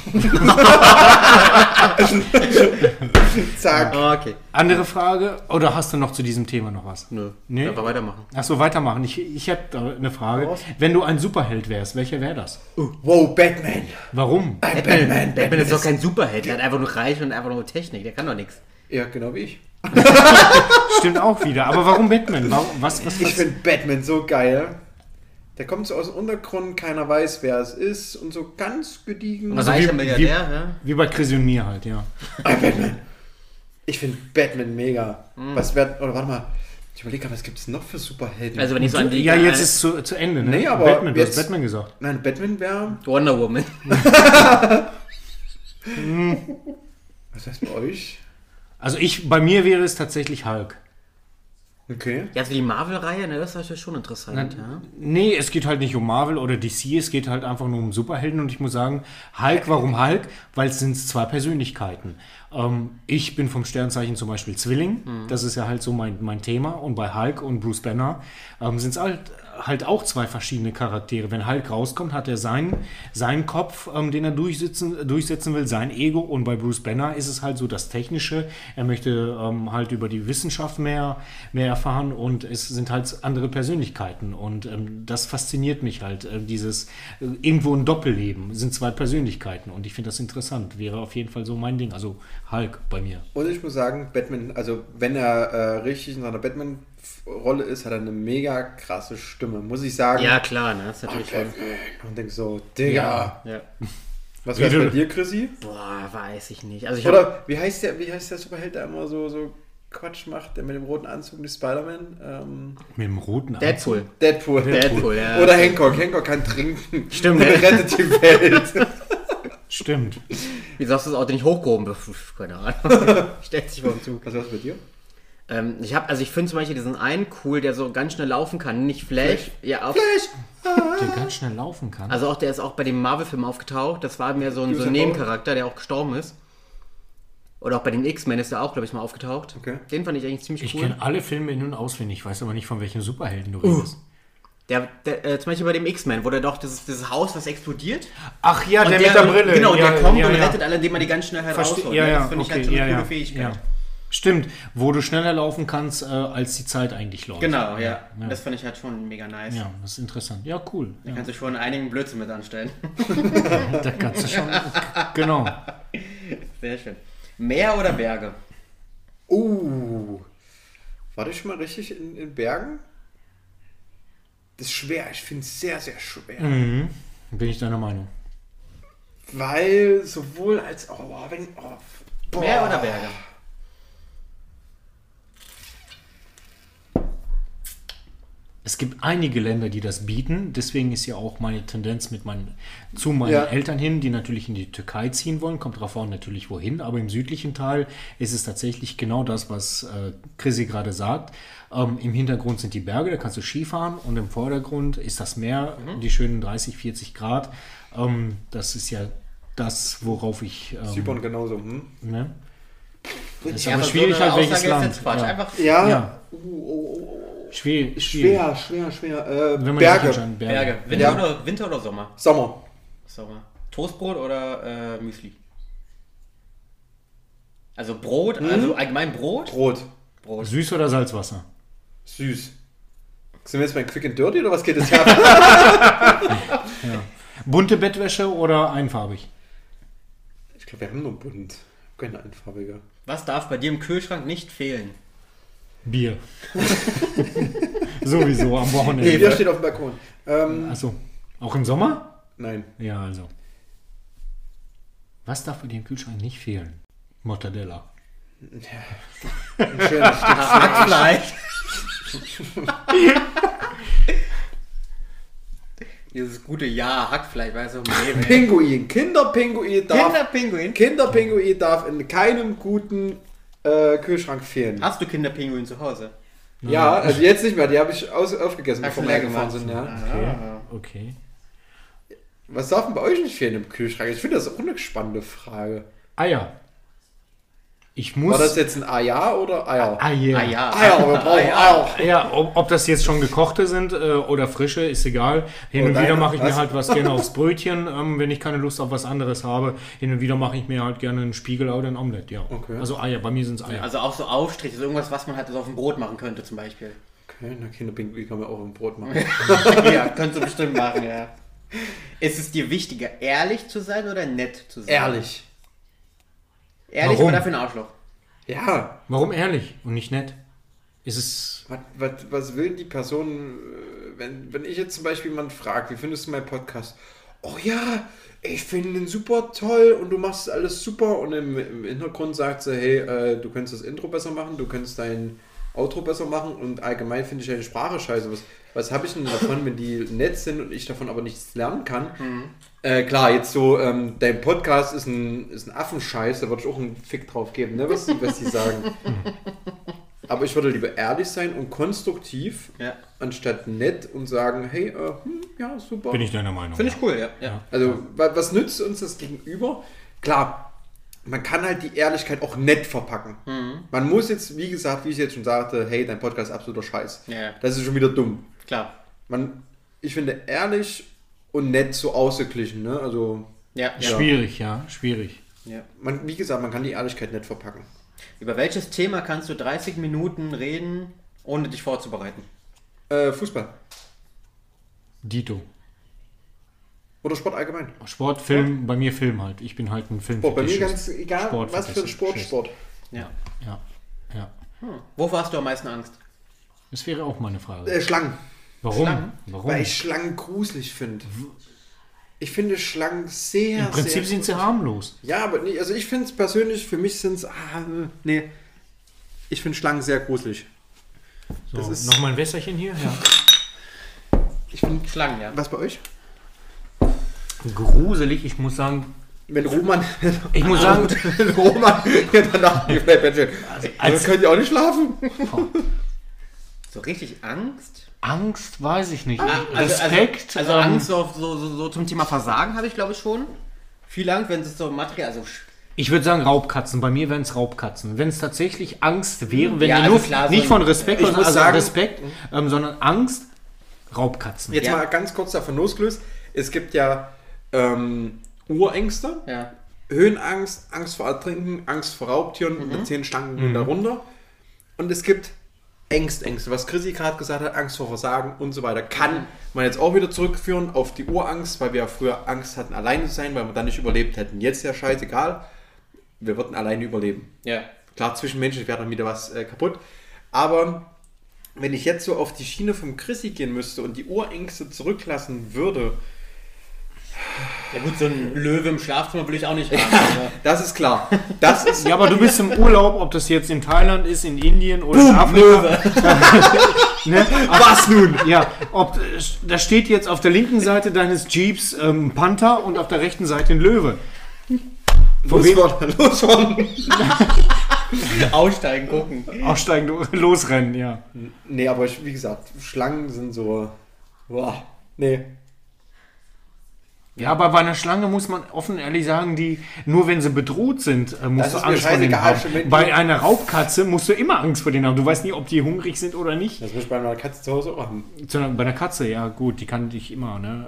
C: Zack.
D: Ah, okay.
B: Andere Frage, oder hast du noch zu diesem Thema noch was?
D: Nö.
B: Nee?
D: Einfach weitermachen.
B: Achso, weitermachen. Ich, ich hätte da eine Frage.
C: Was?
B: Wenn du ein Superheld wärst, welcher wäre das?
C: Wow, Batman.
B: Warum?
C: Ein
D: Batman,
C: Batman,
D: Batman,
C: Batman
D: ist
C: ist
D: doch kein Superheld, der hat einfach nur reich und einfach nur Technik, der kann doch nichts.
C: Ja, genau wie ich.
B: Stimmt auch wieder. Aber warum Batman? Warum, was, was,
C: Ich
B: was?
C: finde Batman so geil. Der kommt so aus dem Untergrund, keiner weiß, wer es ist und so ganz gediegen.
D: Also
B: wie-
D: Reicher
B: wie-
D: Milliardär, ja?
B: Wie bei Chris und mir halt, ja.
C: Ein Batman. Ich finde Batman mega.
D: Hm.
C: Was wird, oder warte mal, ich überlege, was gibt es noch für Superhelden?
D: Also wenn ich so an die
B: Ja, jetzt ist es zu, zu Ende, ne?
C: Nee, aber
B: Batman, du
C: jetzt-
B: hast Batman gesagt.
C: Nein, Batman wäre.
D: Wonder Woman.
C: Was heißt bei euch?
B: Also ich, bei mir wäre es tatsächlich Hulk.
C: Okay.
D: Ja, also die Marvel-Reihe, ne, das ist natürlich schon interessant, ja.
B: Nee, es geht halt nicht um Marvel oder DC, es geht halt einfach nur um Superhelden und ich muss sagen, Hulk, warum Hulk? Weil es sind zwei Persönlichkeiten. Ähm, ich bin vom Sternzeichen zum Beispiel Zwilling, das ist ja halt so mein, mein Thema und bei Hulk und Bruce Banner ähm, sind es halt, halt auch zwei verschiedene Charaktere. Wenn Hulk rauskommt, hat er seinen, seinen Kopf, ähm, den er durchsetzen, durchsetzen will, sein Ego und bei Bruce Banner ist es halt so das Technische, er möchte ähm, halt über die Wissenschaft mehr, mehr erfahren und es sind halt andere Persönlichkeiten. Und ähm, das fasziniert mich halt, äh, dieses äh, irgendwo ein Doppelleben, sind zwei Persönlichkeiten und ich finde das interessant. Wäre auf jeden Fall so mein Ding. Also Hulk bei mir.
C: Und ich muss sagen, Batman, also wenn er äh, richtig in seiner Batman-Rolle ist, hat er eine mega krasse Stimme, muss ich sagen.
D: Ja, klar, ne? Das ist natürlich
C: Batman.
D: schon.
C: Und denk so, Digga.
D: Ja.
C: Was wär's bei
B: Wie du-
C: dir, Chrissy?
D: Boah, weiß ich nicht. Also ich habe
C: Oder wie heißt der, wie heißt der Superheld, der immer so, so Quatsch macht, der mit dem roten Anzug nicht Spider-Man? Ähm,
B: Mit dem roten
D: Deadpool.
C: Deadpool.
D: Deadpool, ja.
C: Oder Hancock. Hancock kann trinken.
D: Stimmt,
C: Der
D: ne?
C: rettet die Welt.
B: Stimmt.
D: Wieso hast du das Auto nicht hochgehoben? Pf, Keine Ahnung. Stellt sich vor dem Zug.
C: Was war's bei dir?
D: Ähm, ich habe, also ich finde zum Beispiel diesen einen cool, der so ganz schnell laufen kann. Nicht Flash. Ja, auf,
B: Der ganz schnell laufen kann.
D: Ah. Also auch der ist auch bei dem Marvel-Film aufgetaucht. Das war mehr so ein, so ein
C: Usain Bolt?
D: Nebencharakter, der auch gestorben ist. Oder auch bei den X-Men ist er auch, glaube ich, mal aufgetaucht.
C: Okay.
D: Den fand ich eigentlich ziemlich
B: ich
D: cool.
B: kenne alle Filme in- und auswendig, ich weiß aber nicht, von welchem Superhelden du redest.
D: Der, der, äh, zum Beispiel bei dem X-Men, wo der doch dieses, dieses Haus, was explodiert.
B: Ach ja,
D: Und Genau, der kommt und rettet alle, indem man die ganz schnell herausholt.
B: Verste
D: ne?
B: ja, ja,
D: das finde ich
B: okay,
D: halt so eine
B: ja,
D: coole
B: ja,
D: Fähigkeit.
B: Ja. Stimmt, wo du schneller laufen kannst, äh, als die Zeit eigentlich läuft.
D: Genau, ja.
B: Ja.
D: Das fand ich halt schon mega nice.
B: Ja, das ist interessant. Ja, cool.
D: Da kannst du schon einigen Blödsinn mit anstellen.
B: Da kannst du schon. genau.
D: Sehr schön. Meer oder Berge?
C: Uh. War das schon mal richtig in, in Bergen? Das ist schwer. Ich finde es sehr, sehr schwer.
B: Mhm. Bin ich deiner Meinung.
C: Weil sowohl als auch. Oh, wenn, oh, boah.
D: Meer oder Berge?
B: Es gibt einige Länder, die das bieten. Deswegen ist ja auch meine Tendenz mit meinen, zu meinen
C: Ja.
B: Eltern hin, die natürlich in die Türkei ziehen wollen. Kommt drauf an, natürlich wohin. Aber im südlichen Teil ist es tatsächlich genau das, was äh, Chrissy gerade sagt. Ähm, Im Hintergrund sind die Berge, da kannst du Skifahren. Und im Vordergrund ist das Meer,
C: Mhm.
B: die schönen 30, 40 Grad. Ähm, das ist ja das, worauf ich. Ähm,
C: Zypern genauso. Hm?
B: Ne? Ist
D: Ja,
B: aber
D: so
B: schwierig,
D: eine
B: halt welches
D: Aussage ist
B: Land.
D: jetzt Quatsch.
B: Ja.
D: Einfach
C: Ja.
B: Ja.
C: Uh, oh, oh, oh.
B: Schwer, schwer.
C: Schwer, schwer, schwer. Äh,
B: Wenn man sich
C: Berge.
B: entscheiden, Berge.
D: Berge. Winter,
C: Ja.
D: oder, Winter oder Sommer?
C: Sommer.
D: Sommer. Toastbrot oder äh, Müsli? Also Brot,
C: Mhm.
D: also allgemein Brot?
C: Brot.
D: Brot.
B: Süß oder Salzwasser?
C: Süß. Sind wir jetzt bei Quick and Dirty oder was geht jetzt her?
B: Bunte Bettwäsche oder einfarbig?
C: ich glaube, wir haben nur bunt. Keine einfarbige.
D: Was darf bei dir im Kühlschrank nicht fehlen?
B: Bier. Sowieso am
C: Nee,
B: Wochenende.
C: Bier steht auf dem Balkon. Ähm,
B: Achso. Auch im Sommer?
C: nein.
B: Ja, also. Was darf bei dir im Kühlschrank nicht fehlen? Mortadella.
C: Ein schönes Stück.
D: Hackfleisch. Dieses gute Ja, Hackfleisch, weißt du, um Leben. ey.
C: Pinguin. Kinderpinguin darf,
D: Kinderpinguin?
C: Kinderpinguin darf in keinem guten äh, Kühlschrank fehlen.
D: Hast du Kinderpinguin zu Hause?
C: Ja, also jetzt nicht mehr. Die habe ich aus, aufgegessen,
D: Hast du
C: bevor wir
D: leer
C: gefahren
D: gemacht. Ah,
C: sind. Ja.
B: Okay. okay.
C: Was darf denn bei euch nicht fehlen im Kühlschrank? Ich finde das auch eine spannende Frage.
B: Eier. Ah Ich
C: War
B: muss.
C: das jetzt ein Eier oder Eier?
B: Eier.
D: Ah ja.
C: Eier, wir brauchen Eier.
B: Ja, ob, ob das jetzt schon gekochte sind äh, oder frische, ist egal. Hin und
C: Oder
B: wieder
C: eine-
B: mache ich mir
C: Oh, was?
B: halt was gerne aufs Brötchen, ähm, wenn ich keine Lust auf was anderes habe. Hin und wieder mache ich mir halt gerne einen Spiegel oder ein Omelett, ja.
C: Okay.
B: Also Eier, bei mir sind es Eier.
D: Also auch so Aufstriche, so irgendwas, was man halt so auf dem Brot machen könnte zum Beispiel.
C: Okay, na, Kinderpinguin kann man auch im Brot machen.
D: ja, könntest du bestimmt machen, ja. Ist es dir wichtiger, ehrlich zu sein oder nett zu sein?
C: Ehrlich.
D: Ehrlich,
B: Warum?
D: aber dafür ein Arschloch.
C: Ja,
B: Warum ehrlich und nicht nett? Ist es.
C: Was, was, was will die Person, äh, wenn, wenn ich jetzt zum Beispiel jemanden frage, wie findest du meinen Podcast? Oh ja, ich finde ihn super toll und du machst alles super und im, im Hintergrund sagt sie, hey, äh, du könntest das Intro besser machen, du könntest dein Outro besser machen und allgemein finde ich deine Sprache scheiße. Was, was habe ich denn davon, wenn die nett sind und ich davon aber nichts lernen kann? Äh, klar, jetzt so, ähm, dein Podcast ist ein, ist ein Affenscheiß, da würde ich auch einen Fick drauf geben, ne, was, die- was die sagen. Aber ich würde lieber ehrlich sein und konstruktiv,
D: Ja.
C: anstatt nett und sagen, hey, äh, hm, ja, super.
B: Bin ich deiner Meinung?
D: Finde ich cool, ja. ja.
C: also, wa- was nützt uns das Gegenüber? Klar, man kann halt die Ehrlichkeit auch nett verpacken. Man muss jetzt, wie gesagt, wie ich jetzt schon sagte, hey, dein Podcast ist absoluter Scheiß.
D: Ja, ja.
C: Das ist schon wieder dumm.
D: Klar.
C: Man, ich finde ehrlich und nett so ausgeglichen. Ne? Also,
D: Ja, ja.
B: Schwierig, ja, schwierig.
D: ja.
C: man, wie gesagt, man kann die Ehrlichkeit nett verpacken.
D: Über welches Thema kannst du 30 Minuten reden Ohne dich vorzubereiten.
C: Äh, Fußball.
B: Dito.
C: Oder Sport allgemein.
B: Sport, Film, bei mir Film halt. Ich bin halt ein Film.
C: Boah, bei mir ganz egal, was für ein Sport,
B: Schiss.
C: Sport.
D: Ja.
B: Ja, ja.
D: Hm. Wovor hast du am meisten Angst?
B: Das wäre auch meine Frage.
C: Äh, Schlangen.
B: Warum?
D: Schlangen?
B: Warum?
C: Weil ich Schlangen gruselig finde. Ich finde Schlangen sehr,
B: Im Prinzip
C: sehr
B: sind sie harmlos.
C: Ja, aber nee, also ich finde es persönlich, für mich sind es. Ah, nee. Ich finde Schlangen sehr gruselig.
B: So,
C: Das ist-
B: nochmal ein Wässerchen hier. Ja.
C: Ich finde.
D: Um Schlangen, ja.
C: Was bei euch?
B: Gruselig, ich muss sagen.
C: Wenn Roman.
B: Ich muss sagen,
C: wenn Roman mir danach gefällt, Mensch.
B: als-
C: Also, könnt ihr auch nicht schlafen?
D: So richtig Angst?
B: Angst weiß ich nicht.
D: Also,
B: Respekt.
D: Also,
B: ähm,
D: also Angst auf so, so, so zum Thema Versagen habe ich, glaube ich, schon. Viel Angst, wenn es so Material, also sch-
B: Ich würde sagen Raubkatzen. Bei mir wären es Raubkatzen. Wenn es tatsächlich Angst wäre, wenn
D: Ja,
B: die
D: also
B: Luft
D: klar, so
B: nicht
D: ein-
B: von Respekt,
C: Ich
B: also
C: muss sagen-
B: Respekt, ähm, sondern Angst, Raubkatzen.
C: Jetzt
D: Ja.
C: mal ganz kurz davon losgelöst. Es gibt ja ähm, Urängste.
D: ja.
C: Höhenangst, Angst vor Ertrinken, Angst vor Raubtieren mit zehn Stangen mhm. darunter. Und es gibt Ängstängste, was Chrissy gerade gesagt hat, Angst vor Versagen und so weiter. Kann man jetzt auch wieder zurückführen auf die Urangst, weil wir ja früher Angst hatten, alleine zu sein, weil wir dann nicht überlebt hätten. Jetzt ja scheißegal, wir würden alleine überleben.
D: Ja.
C: Klar, zwischen Menschen wäre dann wieder was äh, kaputt. Aber wenn ich jetzt so auf die Schiene vom Chrissy gehen müsste und die Urängste zurücklassen würde,
D: Ja gut, so ein Löwe im Schlafzimmer will ich auch nicht haben. aber-
C: das ist klar. Das ist
B: Ja, aber du bist im Urlaub, ob das jetzt in Thailand ist, in Indien oder in Afrika. ne? Was nun? Ja, ob, da steht jetzt auf der linken Seite deines Jeeps ähm, ein Panther und auf der rechten Seite ein Löwe. Von wem
C: Losfahren, losfahren.
D: Aussteigen, gucken.
B: aussteigen, lo- losrennen, ja.
C: Nee, aber ich, wie gesagt, Schlangen sind so. Boah. Nee.
B: Ja, aber bei einer Schlange muss man offen ehrlich sagen, die nur wenn sie bedroht sind, äh,
C: Das
B: musst du
C: ist mir
B: Angst vor denen
C: scheißegal,
B: haben.
C: schon wenn die-
B: Bei einer Raubkatze musst du immer Angst vor denen haben. Du weißt nie, ob die hungrig sind oder nicht.
C: Das muss ich bei meiner Katze zu Hause auch haben.
B: Sondern bei einer Katze, ja gut, die kann dich immer, ne?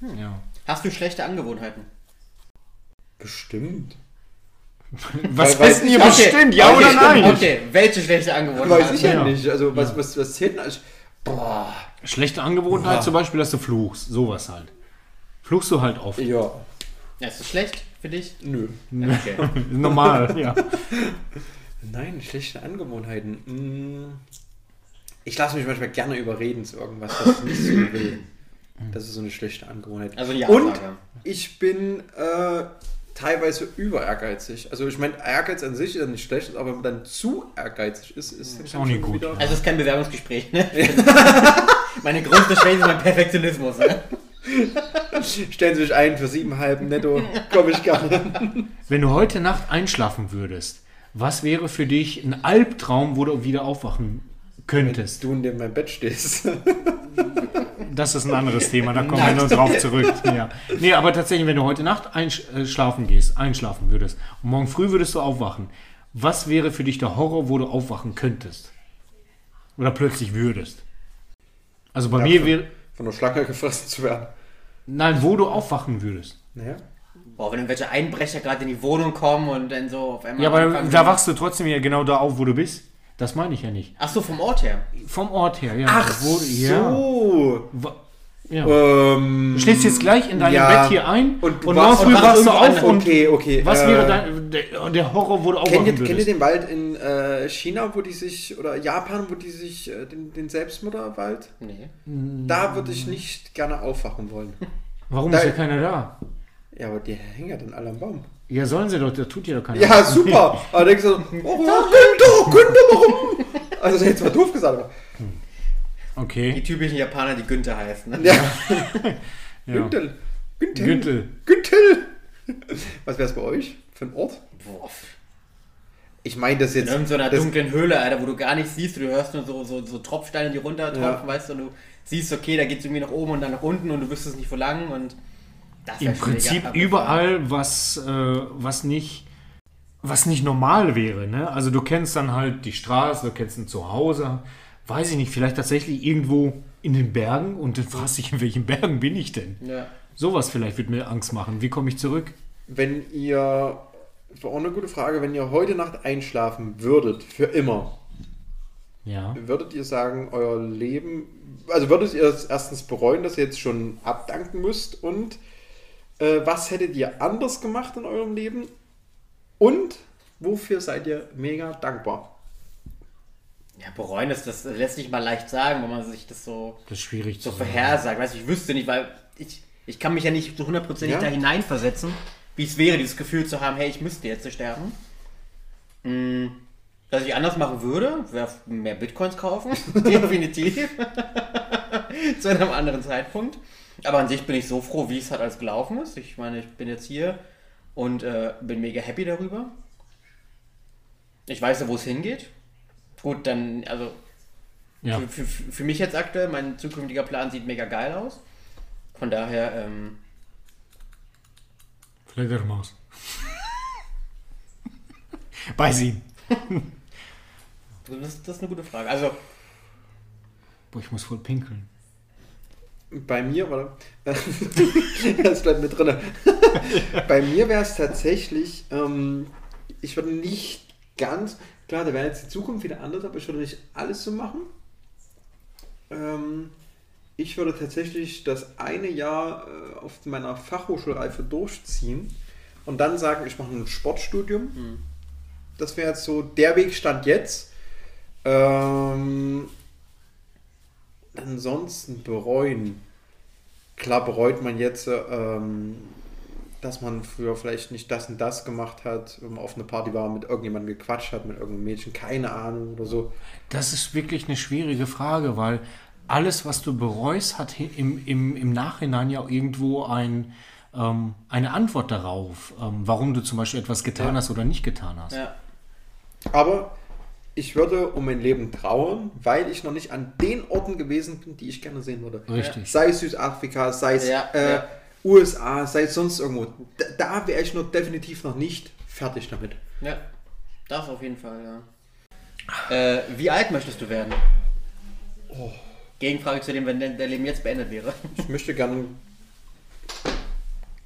B: Ähm, ja.
D: Hast du schlechte Angewohnheiten?
C: Bestimmt.
B: Was
C: Weil-
B: heißt denn hier
C: weil-
B: bestimmt? Ja oder nein?
D: Okay, welche schlechte Angewohnheiten?
C: Weiß ich ja, nicht. Also, was, was, was zählt denn als. Boah.
B: Schlechte Angewohnheit zum Beispiel, dass du fluchst. Sowas halt. Fluchst du halt oft.
C: Ja.
D: Ja, ist das schlecht für dich?
C: Nö.
D: Okay.
B: Normal, ja.
C: Nein, schlechte Angewohnheiten. Mm. Ich lasse mich manchmal gerne überreden zu irgendwas, was ich nicht so will. Das ist so eine schlechte Angewohnheit.
D: Also ja,
C: Und
D: Sager.
C: ich bin äh, teilweise über ehrgeizig. Also ich meine, Ehrgeiz an sich ist ja nicht schlecht, aber wenn man dann zu ehrgeizig ist, ist,
B: Ist auch nicht gut.
D: Also es ist kein Bewerbungsgespräch, ne? Meine größte Schwäche ist mein Perfektionismus, ne?
C: Stellen Sie sich ein für siebenhalb netto, komme ich gar nicht.
B: Wenn du heute Nacht einschlafen würdest, was wäre für dich ein Albtraum, wo du wieder aufwachen könntest?
C: Du in dem mein Bett stehst.
B: Das ist ein anderes Thema, da kommen wir nur drauf zurück. Ja. Nee, aber tatsächlich, wenn du heute Nacht einschlafen gehst, einschlafen würdest und morgen früh würdest du aufwachen, was wäre für dich der Horror, wo du aufwachen könntest? Oder plötzlich würdest? Also bei mir wäre.
C: Von einer Schlange gefressen zu werden.
B: Nein, wo du aufwachen würdest.
C: Naja.
D: Boah, wenn irgendwelche Einbrecher gerade in die Wohnung kommen und dann so auf einmal...
B: Ja, aber
D: anfangen-
B: da wachst du trotzdem ja genau da auf, wo du bist. Das meine ich ja nicht.
D: Ach so, vom Ort her.
B: Vom Ort her, ja.
C: Ach
B: wo, ja.
C: so.
B: Wa- Ja. Du
C: Ähm,
B: schläfst jetzt gleich in deinem
C: ja.
B: Bett hier ein
C: Und
B: und,
C: du
B: morgen
C: wachst-
B: früh
C: und wachst
B: wachst
C: irgendwo
B: du auf
C: an-
B: und
C: okay, okay,
B: was
C: äh,
B: wäre dein, der, der Horror, wo du aufwachen
C: Kennt ihr, kennt ihr
B: würdest?
C: den Wald in äh, China, wo die sich, oder Japan, wo die sich, äh, den, den Selbstmörderwald?
D: Nee.
C: Da würde
B: Mm.
C: ich nicht gerne aufwachen wollen.
B: Warum
C: Da-
B: ist ja keiner da?
C: Ja, aber die hängen ja dann alle am Baum.
B: Ja, sollen sie doch, da tut ja doch keiner.
C: Ja, super. Aber denkst du so, oh, ja, Günther, Günther, warum? Also, das hätte ich jetzt mal doof gesagt. Aber,
D: Die
B: Okay.
D: typischen Japaner, die Günther heißen, ne?
C: ja,
B: Ja.
C: Günther. Günther.
B: Günther.
C: Günther. Was wär's bei euch für ein Ort?
D: Boah.
C: Ich meine, das
D: In
C: jetzt.
D: irgendeiner
C: das,
D: dunklen Höhle, Alter, wo du gar nichts siehst, du hörst nur so, so, so Tropfsteine, die runtertropfen,
C: Ja.
D: weißt du, und du siehst, okay, da geht's irgendwie nach oben und dann nach unten und du wüsstest nicht, wo lang und das wär
B: Im
D: schon mega
B: Prinzip
D: abgefahren.
B: überall, was, äh, was nicht was nicht normal wäre. Ne? Also du kennst dann halt die Straße, du kennst ein Zuhause, weiß ich nicht, vielleicht tatsächlich irgendwo in den Bergen und dann fragst dich, in welchen Bergen bin ich denn?
D: Ja.
B: Sowas vielleicht würde mir Angst machen. Wie komme ich zurück?
C: Wenn ihr. Das war auch eine gute Frage. Wenn ihr heute Nacht einschlafen würdet, für immer,
B: Ja.
C: Würdet ihr sagen, euer Leben, also würdet ihr es erstens bereuen, dass ihr jetzt schon abdanken müsst und äh, was hättet ihr anders gemacht in eurem Leben und wofür seid ihr mega dankbar?
D: Ja, bereuen ist, das lässt sich mal leicht sagen, wenn man sich das so,
B: Das ist schwierig
D: so
B: zu sagen.
D: vorhersagt. Weißt, du, ich wüsste nicht, weil ich, ich kann mich ja nicht so hundertprozentig
C: Ja.
D: da hineinversetzen, wie es wäre, dieses Gefühl zu haben, hey, ich müsste jetzt sterben. Hm, dass ich anders machen würde, wäre mehr Bitcoins kaufen, definitiv. Zu einem anderen Zeitpunkt. Aber an sich bin ich so froh, wie es halt alles gelaufen ist. Ich meine, ich bin jetzt hier und äh, bin mega happy darüber. Ich weiß ja, wo es hingeht. Gut, dann, also
B: Ja.
D: für, für, für mich jetzt aktuell, mein zukünftiger Plan sieht mega geil aus. Von daher, ähm,
B: Fledermaus. Beiß ihn.
D: das, das ist eine gute Frage. Also,
B: Boah, ich muss voll pinkeln.
C: Bei mir, warte. das bleibt mit drin. Bei mir wäre es tatsächlich, ähm, ich würde nicht ganz, klar, da wäre jetzt die Zukunft wieder anders, aber ich würde nicht alles so machen. Ähm, ich würde tatsächlich das eine Jahr äh, auf meiner Fachhochschulreife durchziehen und dann sagen, ich mache ein Sportstudium. Das wäre jetzt so der Weg stand jetzt. Ähm, ansonsten bereuen. Klar bereut man jetzt, äh, ähm, dass man früher vielleicht nicht das und das gemacht hat, wenn man auf eine Party war, mit irgendjemandem gequatscht hat, mit irgendeinem Mädchen, keine Ahnung oder so.
B: Das ist wirklich eine schwierige Frage, weil alles, was du bereust, hat hi- im, im, im Nachhinein ja irgendwo ein, ähm, eine Antwort darauf, ähm, warum du zum Beispiel etwas getan
C: Ja.
B: hast oder nicht getan hast.
D: ja,
C: Aber ich würde um mein Leben trauern, weil ich noch nicht an den Orten gewesen bin, die ich gerne sehen würde.
B: Richtig.
C: Sei es Südafrika, sei es
D: Ja,
C: äh,
D: ja.
C: USA, sei es sonst irgendwo. Da, da wäre ich noch definitiv noch nicht fertig damit.
D: ja, das auf jeden Fall, ja. Äh, wie alt möchtest du werden? Gegenfrage zu dem, wenn dein dein Leben jetzt beendet wäre.
C: Ich möchte gerne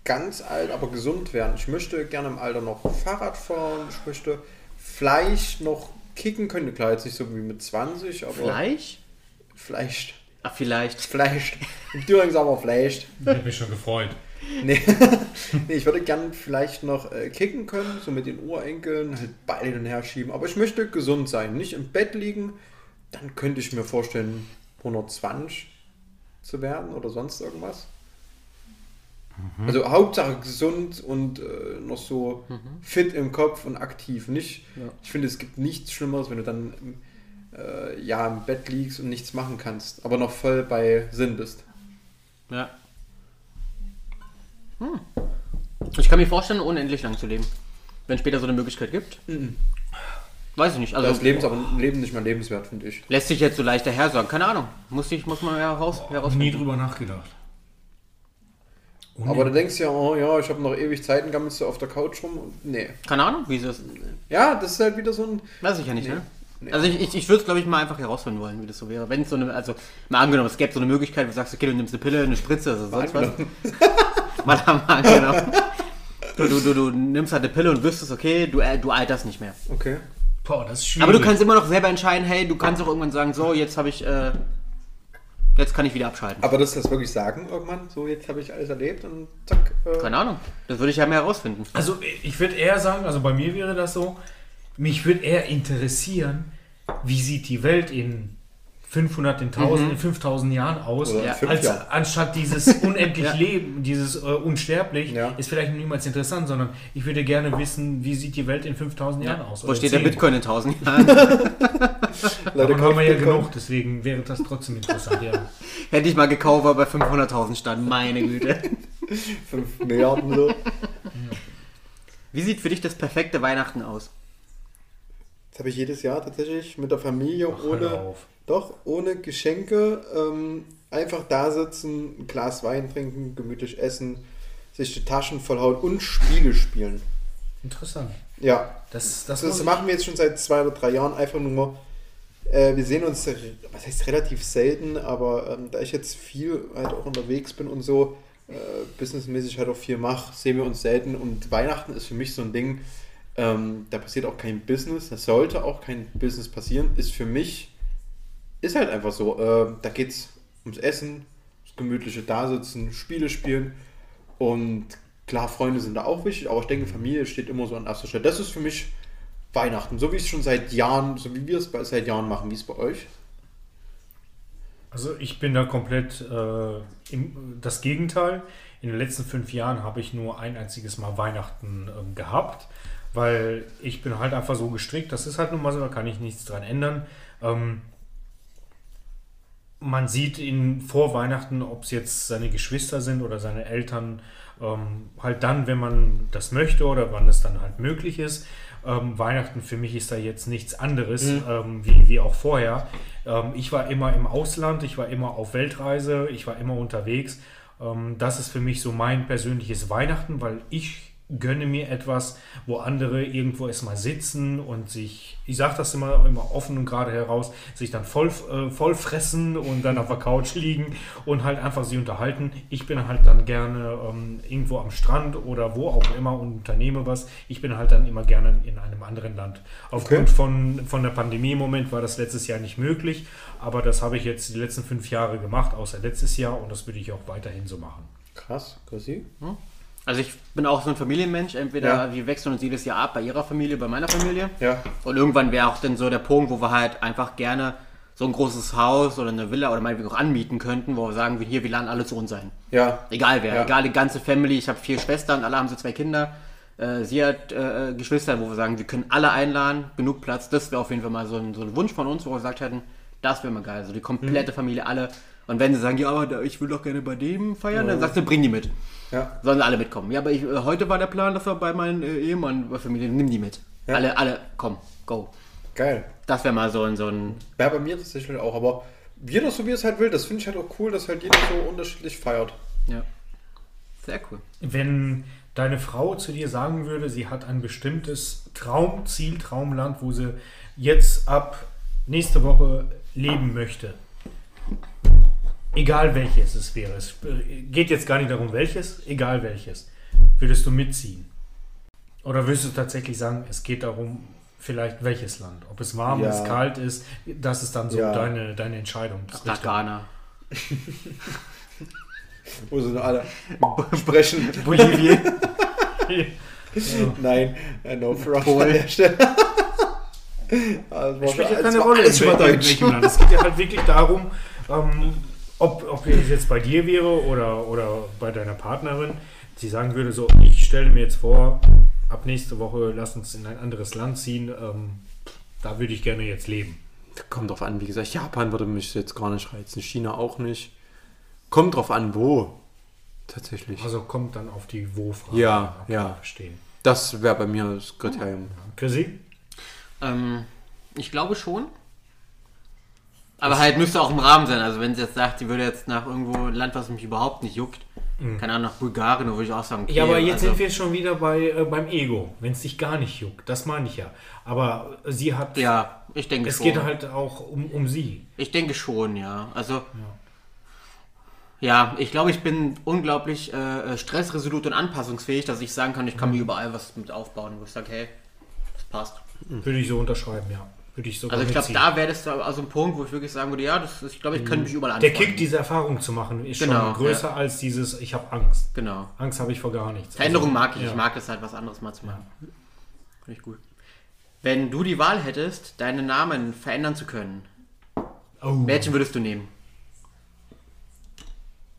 C: ganz alt, aber gesund werden. Ich möchte gerne im Alter noch Fahrrad fahren. Ich möchte vielleicht noch kicken können. Klar, jetzt nicht so wie mit 20, aber
D: Vielleicht?
C: vielleicht.
D: Ach, Ah, vielleicht.
C: Vielleicht. In Thüringen sagen wir vielleicht.
B: Ich habe mich schon gefreut.
C: Nee. nee, ich würde gern vielleicht noch äh, kicken können, so mit den Urenkeln, halt Ball hin und her schieben. Aber ich möchte gesund sein, nicht im Bett liegen. Dann könnte ich mir vorstellen, 120 zu werden oder sonst irgendwas. Also Hauptsache gesund und äh, noch so fit im Kopf und aktiv. Nicht, ich finde, es gibt nichts Schlimmeres, wenn du dann äh, ja im Bett liegst und nichts machen kannst, aber noch voll bei Sinn bist.
D: Ja. Hm. Ich kann mir vorstellen, unendlich lang zu leben. Wenn es später so eine Möglichkeit gibt. Weiß ich nicht. Also,
C: Da ist Lebens, aber Leben nicht mehr lebenswert, finde ich.
D: lässt sich jetzt so leicht dahersagen. Keine Ahnung. Muss, ich, muss man heraus,
B: Nie
D: herausfinden.
B: drüber nachgedacht.
C: Aber du denkst ja, oh ja, ich habe noch ewig Zeiten, gammelst du auf der Couch rum und nee.
D: Keine Ahnung, wie es ist.
C: Ja, das ist halt wieder so ein.
D: Weiß ich ja nicht,
C: Nee.
D: ne? Also ich, ich, ich würde es, glaube ich, mal einfach herausfinden wollen, wie das so wäre. Wenn es so eine, also mal angenommen, es gäbe so eine Möglichkeit, wo du sagst, okay, du nimmst eine Pille, eine Spritze oder sonst was. mal am- mal angenommen. Du, du, du, du nimmst halt eine Pille und wüsstest, okay, du, äh, du alterst nicht mehr.
C: Okay.
B: Boah, das ist schwierig.
D: Aber du kannst immer noch selber entscheiden, hey, du kannst auch irgendwann sagen, so, jetzt habe ich, äh, jetzt kann ich wieder abschalten.
C: Aber dass das wirklich sagen irgendwann, so jetzt habe ich alles erlebt und zack. Äh,
D: Keine Ahnung, das würde ich ja mal herausfinden.
B: Also ich würde eher sagen, also bei mir wäre das so, mich würde eher interessieren, wie sieht die Welt in 500, in 1000, in 5000 Jahren aus,
C: Mhm. Oder in fünf
B: als,
C: Jahren.
B: anstatt dieses unendlich
D: Ja.
B: Leben, dieses äh, unsterblich,
C: Ja.
B: ist vielleicht niemals interessant, sondern ich würde gerne wissen, wie sieht die Welt in 5000 Jahren aus.
D: Wo
B: oder
D: steht der
B: 10.
D: Bitcoin in 1000 Jahren?
C: Leute,
B: Davon haben wir ja
C: Bitcoin.
B: genug, deswegen wäre das trotzdem interessant, ja.
D: Hätte ich mal gekauft, aber bei 500.000 stand, meine Güte.
C: 5 Milliarden so.
D: Wie sieht für dich das perfekte Weihnachten aus?
C: Das habe ich jedes Jahr tatsächlich mit der Familie
B: hör
C: ohne.
B: auf.
C: Doch, ohne Geschenke. Ähm, einfach da sitzen, ein Glas Wein trinken, gemütlich essen, sich die Taschen vollhauen und Spiele spielen.
B: Interessant.
C: Ja,
B: Das, das,
C: Also das
B: muss-
C: machen wir jetzt schon seit zwei oder drei Jahren einfach nur. Äh, wir sehen uns, re- was heißt relativ selten, aber ähm, da ich jetzt viel halt auch unterwegs bin und so, äh, businessmäßig halt auch viel mache, sehen wir uns selten. Und Weihnachten ist für mich so ein Ding, ähm, da passiert auch kein Business, da sollte auch kein Business passieren, ist für mich Ist halt einfach so. Äh, da geht's ums Essen, ums gemütliche Dasitzen, Spiele spielen. Und klar, Freunde sind da auch wichtig, aber ich denke, Familie steht immer so an erster Stelle. Das ist für mich Weihnachten, so wie es schon seit Jahren, so wie wir es bei- seit Jahren machen, wie es bei euch.
B: Also ich bin da komplett äh, im, das Gegenteil. In den letzten fünf Jahren habe ich nur ein einziges Mal Weihnachten ähm, gehabt, weil ich bin halt einfach so gestrickt. Das ist halt nun mal so, da kann ich nichts dran ändern. Ähm, man sieht ihn vor Weihnachten, ob es jetzt seine Geschwister sind oder seine Eltern, ähm, halt dann, wenn man das möchte oder wann es dann halt möglich ist. Ähm, Weihnachten für mich ist da jetzt nichts anderes, ähm, wie, wie auch vorher. Ähm, ich war immer im Ausland, ich war immer auf Weltreise, ich war immer unterwegs. Ähm, das ist für mich so mein persönliches Weihnachten, weil ich gönne mir etwas, wo andere irgendwo erstmal sitzen und sich, ich sage das immer, immer offen und gerade heraus, sich dann voll, äh, voll fressen und dann auf der Couch liegen und halt einfach sie unterhalten. Ich bin halt dann gerne ähm, irgendwo am Strand oder wo auch immer und unternehme was. Ich bin halt dann immer gerne in einem anderen Land. Aufgrund von, von der Pandemie im Moment war das letztes Jahr nicht möglich, aber das habe ich jetzt die letzten fünf Jahre gemacht, außer letztes Jahr und das würde ich auch weiterhin so machen.
C: Krass, Chrissy.
D: Also ich bin auch so ein Familienmensch. Entweder
C: Ja.
D: wir wechseln uns jedes Jahr ab bei ihrer Familie, bei meiner Familie.
C: Ja.
D: Und irgendwann wäre auch dann so der Punkt, wo wir halt einfach gerne so ein großes Haus oder eine Villa oder meinetwegen auch anmieten könnten, wo wir sagen, wir hier, wir laden alle zu uns ein.
C: Ja.
D: Egal wer,
C: Ja.
D: egal die ganze Family. Ich habe vier Schwestern, alle haben so zwei Kinder. Äh, sie hat äh, Geschwister, wo wir sagen, wir können alle einladen, genug Platz. Das wäre auf jeden Fall mal so ein, so ein Wunsch von uns, wo wir gesagt hätten, das wäre mal geil. Also die komplette
C: Mhm.
D: Familie, alle. Und wenn sie sagen, ja, aber da- ich will doch gerne bei dem feiern, dann sagst du, bring die mit.
C: Ja.
D: Sollen alle mitkommen? Ja, aber ich, äh, heute war der Plan, dass wir bei meinem äh, Ehemann, bei Familie, nimm die mit.
C: Ja.
D: Alle, alle, komm, go.
C: Geil.
D: Das wäre mal so ein, so ein
C: Ja, bei mir tatsächlich auch, aber wir das so, wie es halt will, das finde ich halt auch cool, dass halt jeder so unterschiedlich feiert.
D: ja. Sehr cool.
B: wenn deine Frau zu dir sagen würde, sie hat ein bestimmtes Traumziel, Traumland, wo sie jetzt ab nächste Woche leben möchte. Egal welches es wäre. Es geht jetzt gar nicht darum, welches, egal welches. Würdest du mitziehen? Oder würdest du tatsächlich sagen, es geht darum, vielleicht welches Land? Ob es warm
C: Ja.
B: ist, kalt ist, das ist dann so
C: Ja.
B: deine, deine Entscheidung.
D: Nach Ghana.
C: Wo sind alle sprechen.
B: Bolivien.
C: Nein, äh, no front an der Stelle. Also,
B: spielt ja keine Rolle, in
C: Ich war
B: wel- in
C: deutsch.
B: welchem Land. Es geht ja halt wirklich darum, ähm, ob, ob es jetzt bei dir wäre oder, oder bei deiner Partnerin, die sagen würde, so, ich stelle mir jetzt vor, ab nächste Woche lass uns in ein anderes Land ziehen, ähm, da würde ich gerne jetzt leben.
A: Kommt drauf an, wie gesagt, Japan würde mich jetzt gar nicht reizen, China auch nicht. Kommt drauf an, wo. Tatsächlich.
B: Also kommt dann auf die Wo-Frage.
A: Ja,
B: Okay,
A: ja.
B: Verstehe.
A: Das wäre bei mir das Kriterium.
B: Chrissy?
D: Ähm, ich glaube schon. Aber halt müsste auch im Rahmen sein. Also wenn sie jetzt sagt, sie würde jetzt nach irgendwo ein Land, was mich überhaupt nicht juckt, keine Ahnung, nach Bulgarien, dann würde ich auch sagen, okay,
B: Mhm. Ja, aber jetzt
D: also,
B: sind wir schon wieder bei, äh, beim Ego, wenn es dich gar nicht juckt. Das meine ich ja. Aber sie hat.
D: Ja, ich denke
B: Es
D: schon.
B: geht halt auch um, um sie.
D: Ich denke schon, ja. Also. Ja, ich glaube, ich bin unglaublich äh, stressresolut und anpassungsfähig, dass ich sagen kann, ich kann
B: Mhm.
D: mir überall was mit aufbauen, wo ich sage, hey, das passt.
B: Würde ich so unterschreiben, ja. Würde ich sogar
D: Also ich glaube,
B: mitziehen.
D: da wäre das da also ein Punkt, wo ich wirklich sagen würde, ja, das ist, ich glaube, ich könnte mich überall
B: Mhm. Der
D: anfangen.
B: Kick, diese Erfahrung zu machen, ist
D: Genau,
B: schon größer als dieses, ich habe Angst.
D: Genau.
B: Angst habe ich vor gar nichts.
D: Veränderung
B: Also,
D: mag ich.
B: ja.
D: Ich mag es halt, was anderes mal zu machen. Finde ich gut. Wenn du die Wahl hättest, deinen Namen verändern zu können,
B: Oh.
D: welchen würdest du nehmen?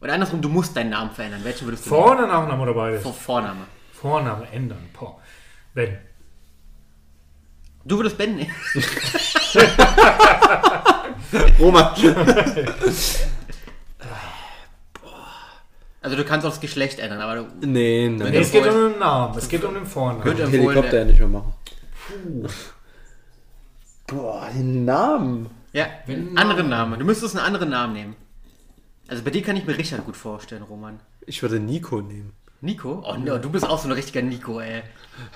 D: Oder andersrum, du musst deinen Namen verändern. Welchen würdest du
B: Vor- oder Nachname oder beides?
D: nehmen? Vor Vorname.
B: Vorname ändern. Boah. Ben.
D: Du würdest Ben nehmen.
A: Roman!
D: Also du kannst auch das Geschlecht ändern, aber du
A: nee, nein.
B: Nee,
D: Nee,
B: es geht um
D: voll.
B: den Namen, es geht um den Vornamen.
D: Wird
A: Den
D: empfohlen,
A: Helikopter
D: der-
A: nicht mehr machen. Boah, den Namen.
D: Ja, einen anderen Namen. Du müsstest einen anderen Namen nehmen. Also bei dir kann ich mir Richard gut vorstellen, Roman.
A: Ich würde Nico nehmen.
D: Nico? Oh, no, du bist auch so ein richtiger Nico, ey.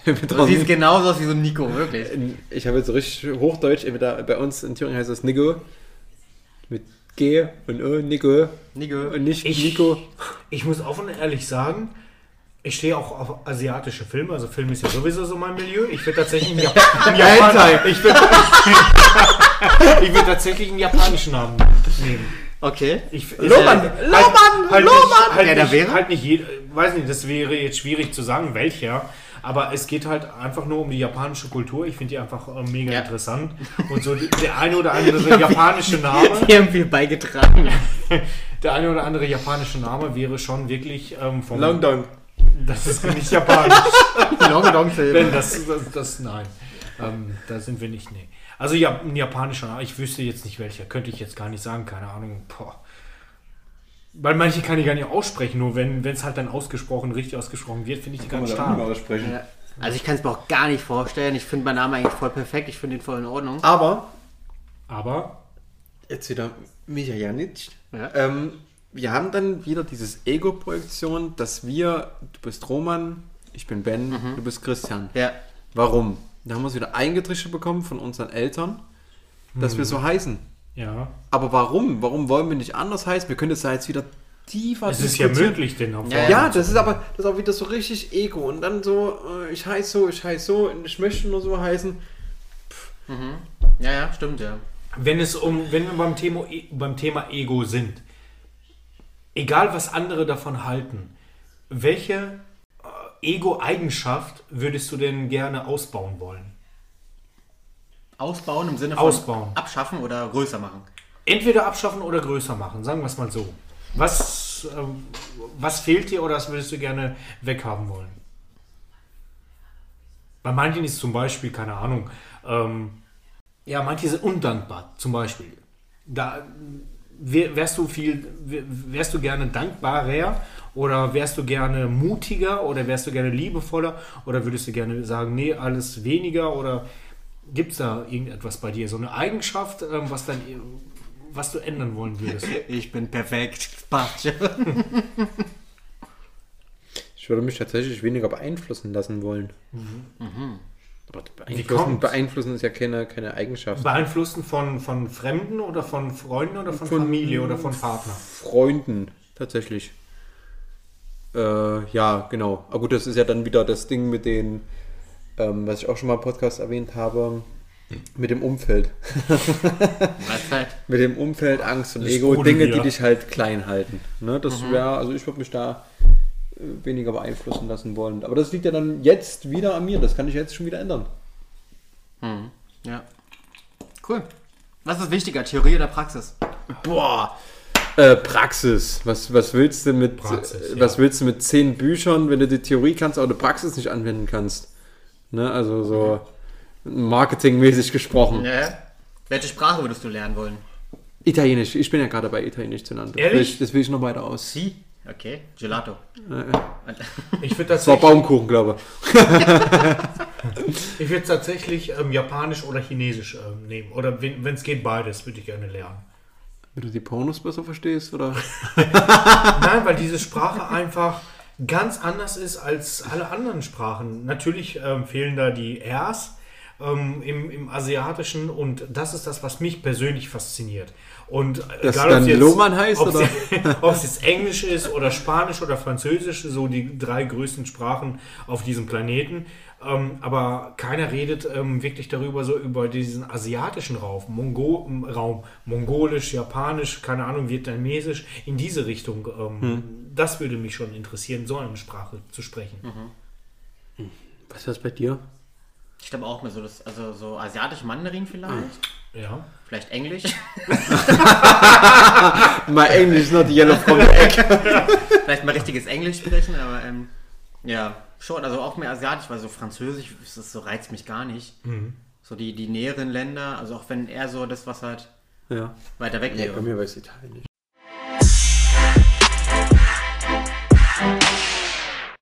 A: Mit
D: Du siehst
A: Ronny.
D: genauso aus wie so ein Nico, wirklich.
A: ich habe jetzt so richtig Hochdeutsch, entweder bei uns in Thüringen heißt das Nico. Mit G und Ö, Nico.
D: Nico.
A: Und nicht
B: Ich-
A: Nico.
B: Ich muss offen und ehrlich sagen, Ich stehe auch auf asiatische Filme, also Film ist ja sowieso so mein Milieu. Ich würde tatsächlich einen, Jap einen Japan ich würd, ich würd tatsächlich einen japanischen Namen nehmen.
D: Okay.
B: Ich, ist
D: Lohmann,
B: ja-
D: Lohmann,
B: Äh, halt
D: Lohmann!
B: Nicht, halt,
D: Ja, da
B: nicht,
D: wäre-
B: halt nicht jeder, weiß nicht, das wäre jetzt schwierig zu sagen, welcher. Aber es geht halt einfach nur um die japanische Kultur. Ich finde die einfach äh, mega
D: Ja.
B: interessant. Und so die- der eine oder andere japanische Name,
D: Die haben wir beigetragen.
B: der eine oder andere japanische Name wäre schon wirklich ähm, vom.
C: London.
B: Das ist nicht japanisch. Wenn
D: Longdong-Filme.
B: das, das, das nein. Ähm, da sind wir nicht, nee. Also ja, ein japanischer, Name. ich wüsste jetzt nicht welcher, könnte ich jetzt gar nicht sagen, keine Ahnung. Boah. Weil manche kann ich gar nicht aussprechen, nur wenn es halt dann ausgesprochen, richtig ausgesprochen wird, finde ich die
C: Kann
B: ganz
C: man da auch
B: stark.
C: mal aussprechen.
D: Ja. Also ich kann es mir auch gar nicht vorstellen. Ich finde meinen Namen eigentlich voll perfekt. Ich finde ihn voll in Ordnung.
C: Aber,
B: Aber
C: jetzt wieder Micha Janic.
D: Ja.
C: Ähm, wir haben dann wieder dieses Ego-Projektion, dass wir, du bist Roman, ich bin Ben,
D: Mhm.
C: du bist Christian.
D: Ja.
C: Warum? Da haben wir es wieder eingetrichtert bekommen von unseren Eltern, dass
D: Mhm.
C: wir so heißen.
B: ja,
C: Aber warum? Warum wollen wir nicht anders heißen? Wir können das ja jetzt wieder tiefer
B: es ist ja
C: diskutieren.
B: möglich, den Namen
D: Ja,
C: Ja, das ist aber das ist auch wieder so richtig Ego. Und dann so, äh, ich heiße so, ich heiße so, ich möchte nur so heißen.
D: Ja, ja, stimmt, ja.
B: Wenn es um, wenn wir beim Thema, beim Thema Ego sind, egal was andere davon halten, welche äh, Ego-Eigenschaft würdest du denn gerne ausbauen wollen?
D: Ausbauen im Sinne von
B: Ausbauen.
D: abschaffen oder größer machen.
B: Entweder abschaffen oder größer machen, sagen wir es mal so. Was, ähm, was fehlt dir oder was würdest du gerne weghaben wollen? Bei manchen ist zum Beispiel, keine Ahnung, ähm, ja, manche sind undankbar, zum Beispiel. Da wär, wärst du viel, wär- wärst du gerne dankbarer oder wärst du gerne mutiger oder wärst du gerne liebevoller oder würdest du gerne sagen, nee, alles weniger oder gibt es da irgendetwas bei dir, so eine Eigenschaft, ähm, was dann was du ändern wollen würdest?
D: Ich bin perfekt. Passt.
C: Ich würde mich tatsächlich weniger beeinflussen lassen wollen. Aber
B: kommt's?
C: beeinflussen, beeinflussen ist ja keine, keine Eigenschaft.
B: Beeinflussen von, von Fremden oder von Freunden oder von,
C: Von-
B: Familie oder von Partner?
C: Freunden, tatsächlich. Äh, ja, genau. Aber gut, das ist ja dann wieder das Ding mit den, ähm, was ich auch schon mal im Podcast erwähnt habe, mit dem Umfeld.
D: Mahlzeit.
C: Mit dem Umfeld, Angst und
B: Das
C: Ego,
B: Sprudel
C: Dinge, die
B: wieder.
C: dich halt klein halten. Ne? Das wäre, also ich würde mich da äh, weniger beeinflussen lassen wollen. Aber das liegt ja dann jetzt wieder an mir. Das kann ich jetzt schon wieder ändern.
D: Hm. Ja. Cool. Was ist wichtiger, Theorie oder Praxis?
C: Boah. Äh, Praxis. Was, was willst du mit
B: Praxis,
C: äh,
B: ja.
C: was willst du mit zehn Büchern, wenn du die Theorie kannst, aber die Praxis nicht anwenden kannst? Ne? Also so marketingmäßig gesprochen.
D: Ja. Welche Sprache würdest du lernen wollen?
C: Italienisch. Ich bin ja gerade bei Italienisch zu landen. Das
B: Ehrlich?
C: will ich- Das will ich noch weiter aus.
D: Sie. Okay. Gelato.
B: Ich würde
C: Das war
B: tatsächlich,
C: Baumkuchen, glaube ich.
B: ich würd tatsächlich ähm, Japanisch oder Chinesisch ähm, nehmen. Oder wenn es geht, beides würde ich gerne lernen.
C: Wenn du die Pornos besser verstehst, oder?
B: Nein, weil diese Sprache einfach ganz anders ist als alle anderen Sprachen. Natürlich ähm, fehlen da die Rs ähm, im, im Asiatischen und das ist das, was mich persönlich fasziniert. Und äh,
C: Dass
B: egal,
C: dann
B: ob's jetzt-
C: Lohmann heißt,
B: ob's-
C: oder?
B: Ob es jetzt Englisch ist oder Spanisch oder Französisch, so die drei größten Sprachen auf diesem Planeten. Ähm, aber keiner redet ähm, wirklich darüber, so über diesen asiatischen Raum, Mongo Raum, Mongolisch, Japanisch, keine Ahnung, Vietnamesisch, in diese Richtung. Ähm, Das würde mich schon interessieren, so eine Sprache zu sprechen.
C: Was ist bei dir?
D: Ich glaube auch mehr so das, also so asiatisch Mandarin vielleicht.
B: Ja.
D: Vielleicht Englisch.
C: My English is not yellow from the egg.
D: vielleicht mal richtiges Englisch sprechen, aber ähm, ja, schon, also auch mehr asiatisch, weil so Französisch, das ist so reizt mich gar nicht. So die, die näheren Länder, also auch wenn eher so das, was halt
C: Ja.
D: weiter weg
C: Nee,
D: wäre.
C: bei mir war es Italienisch.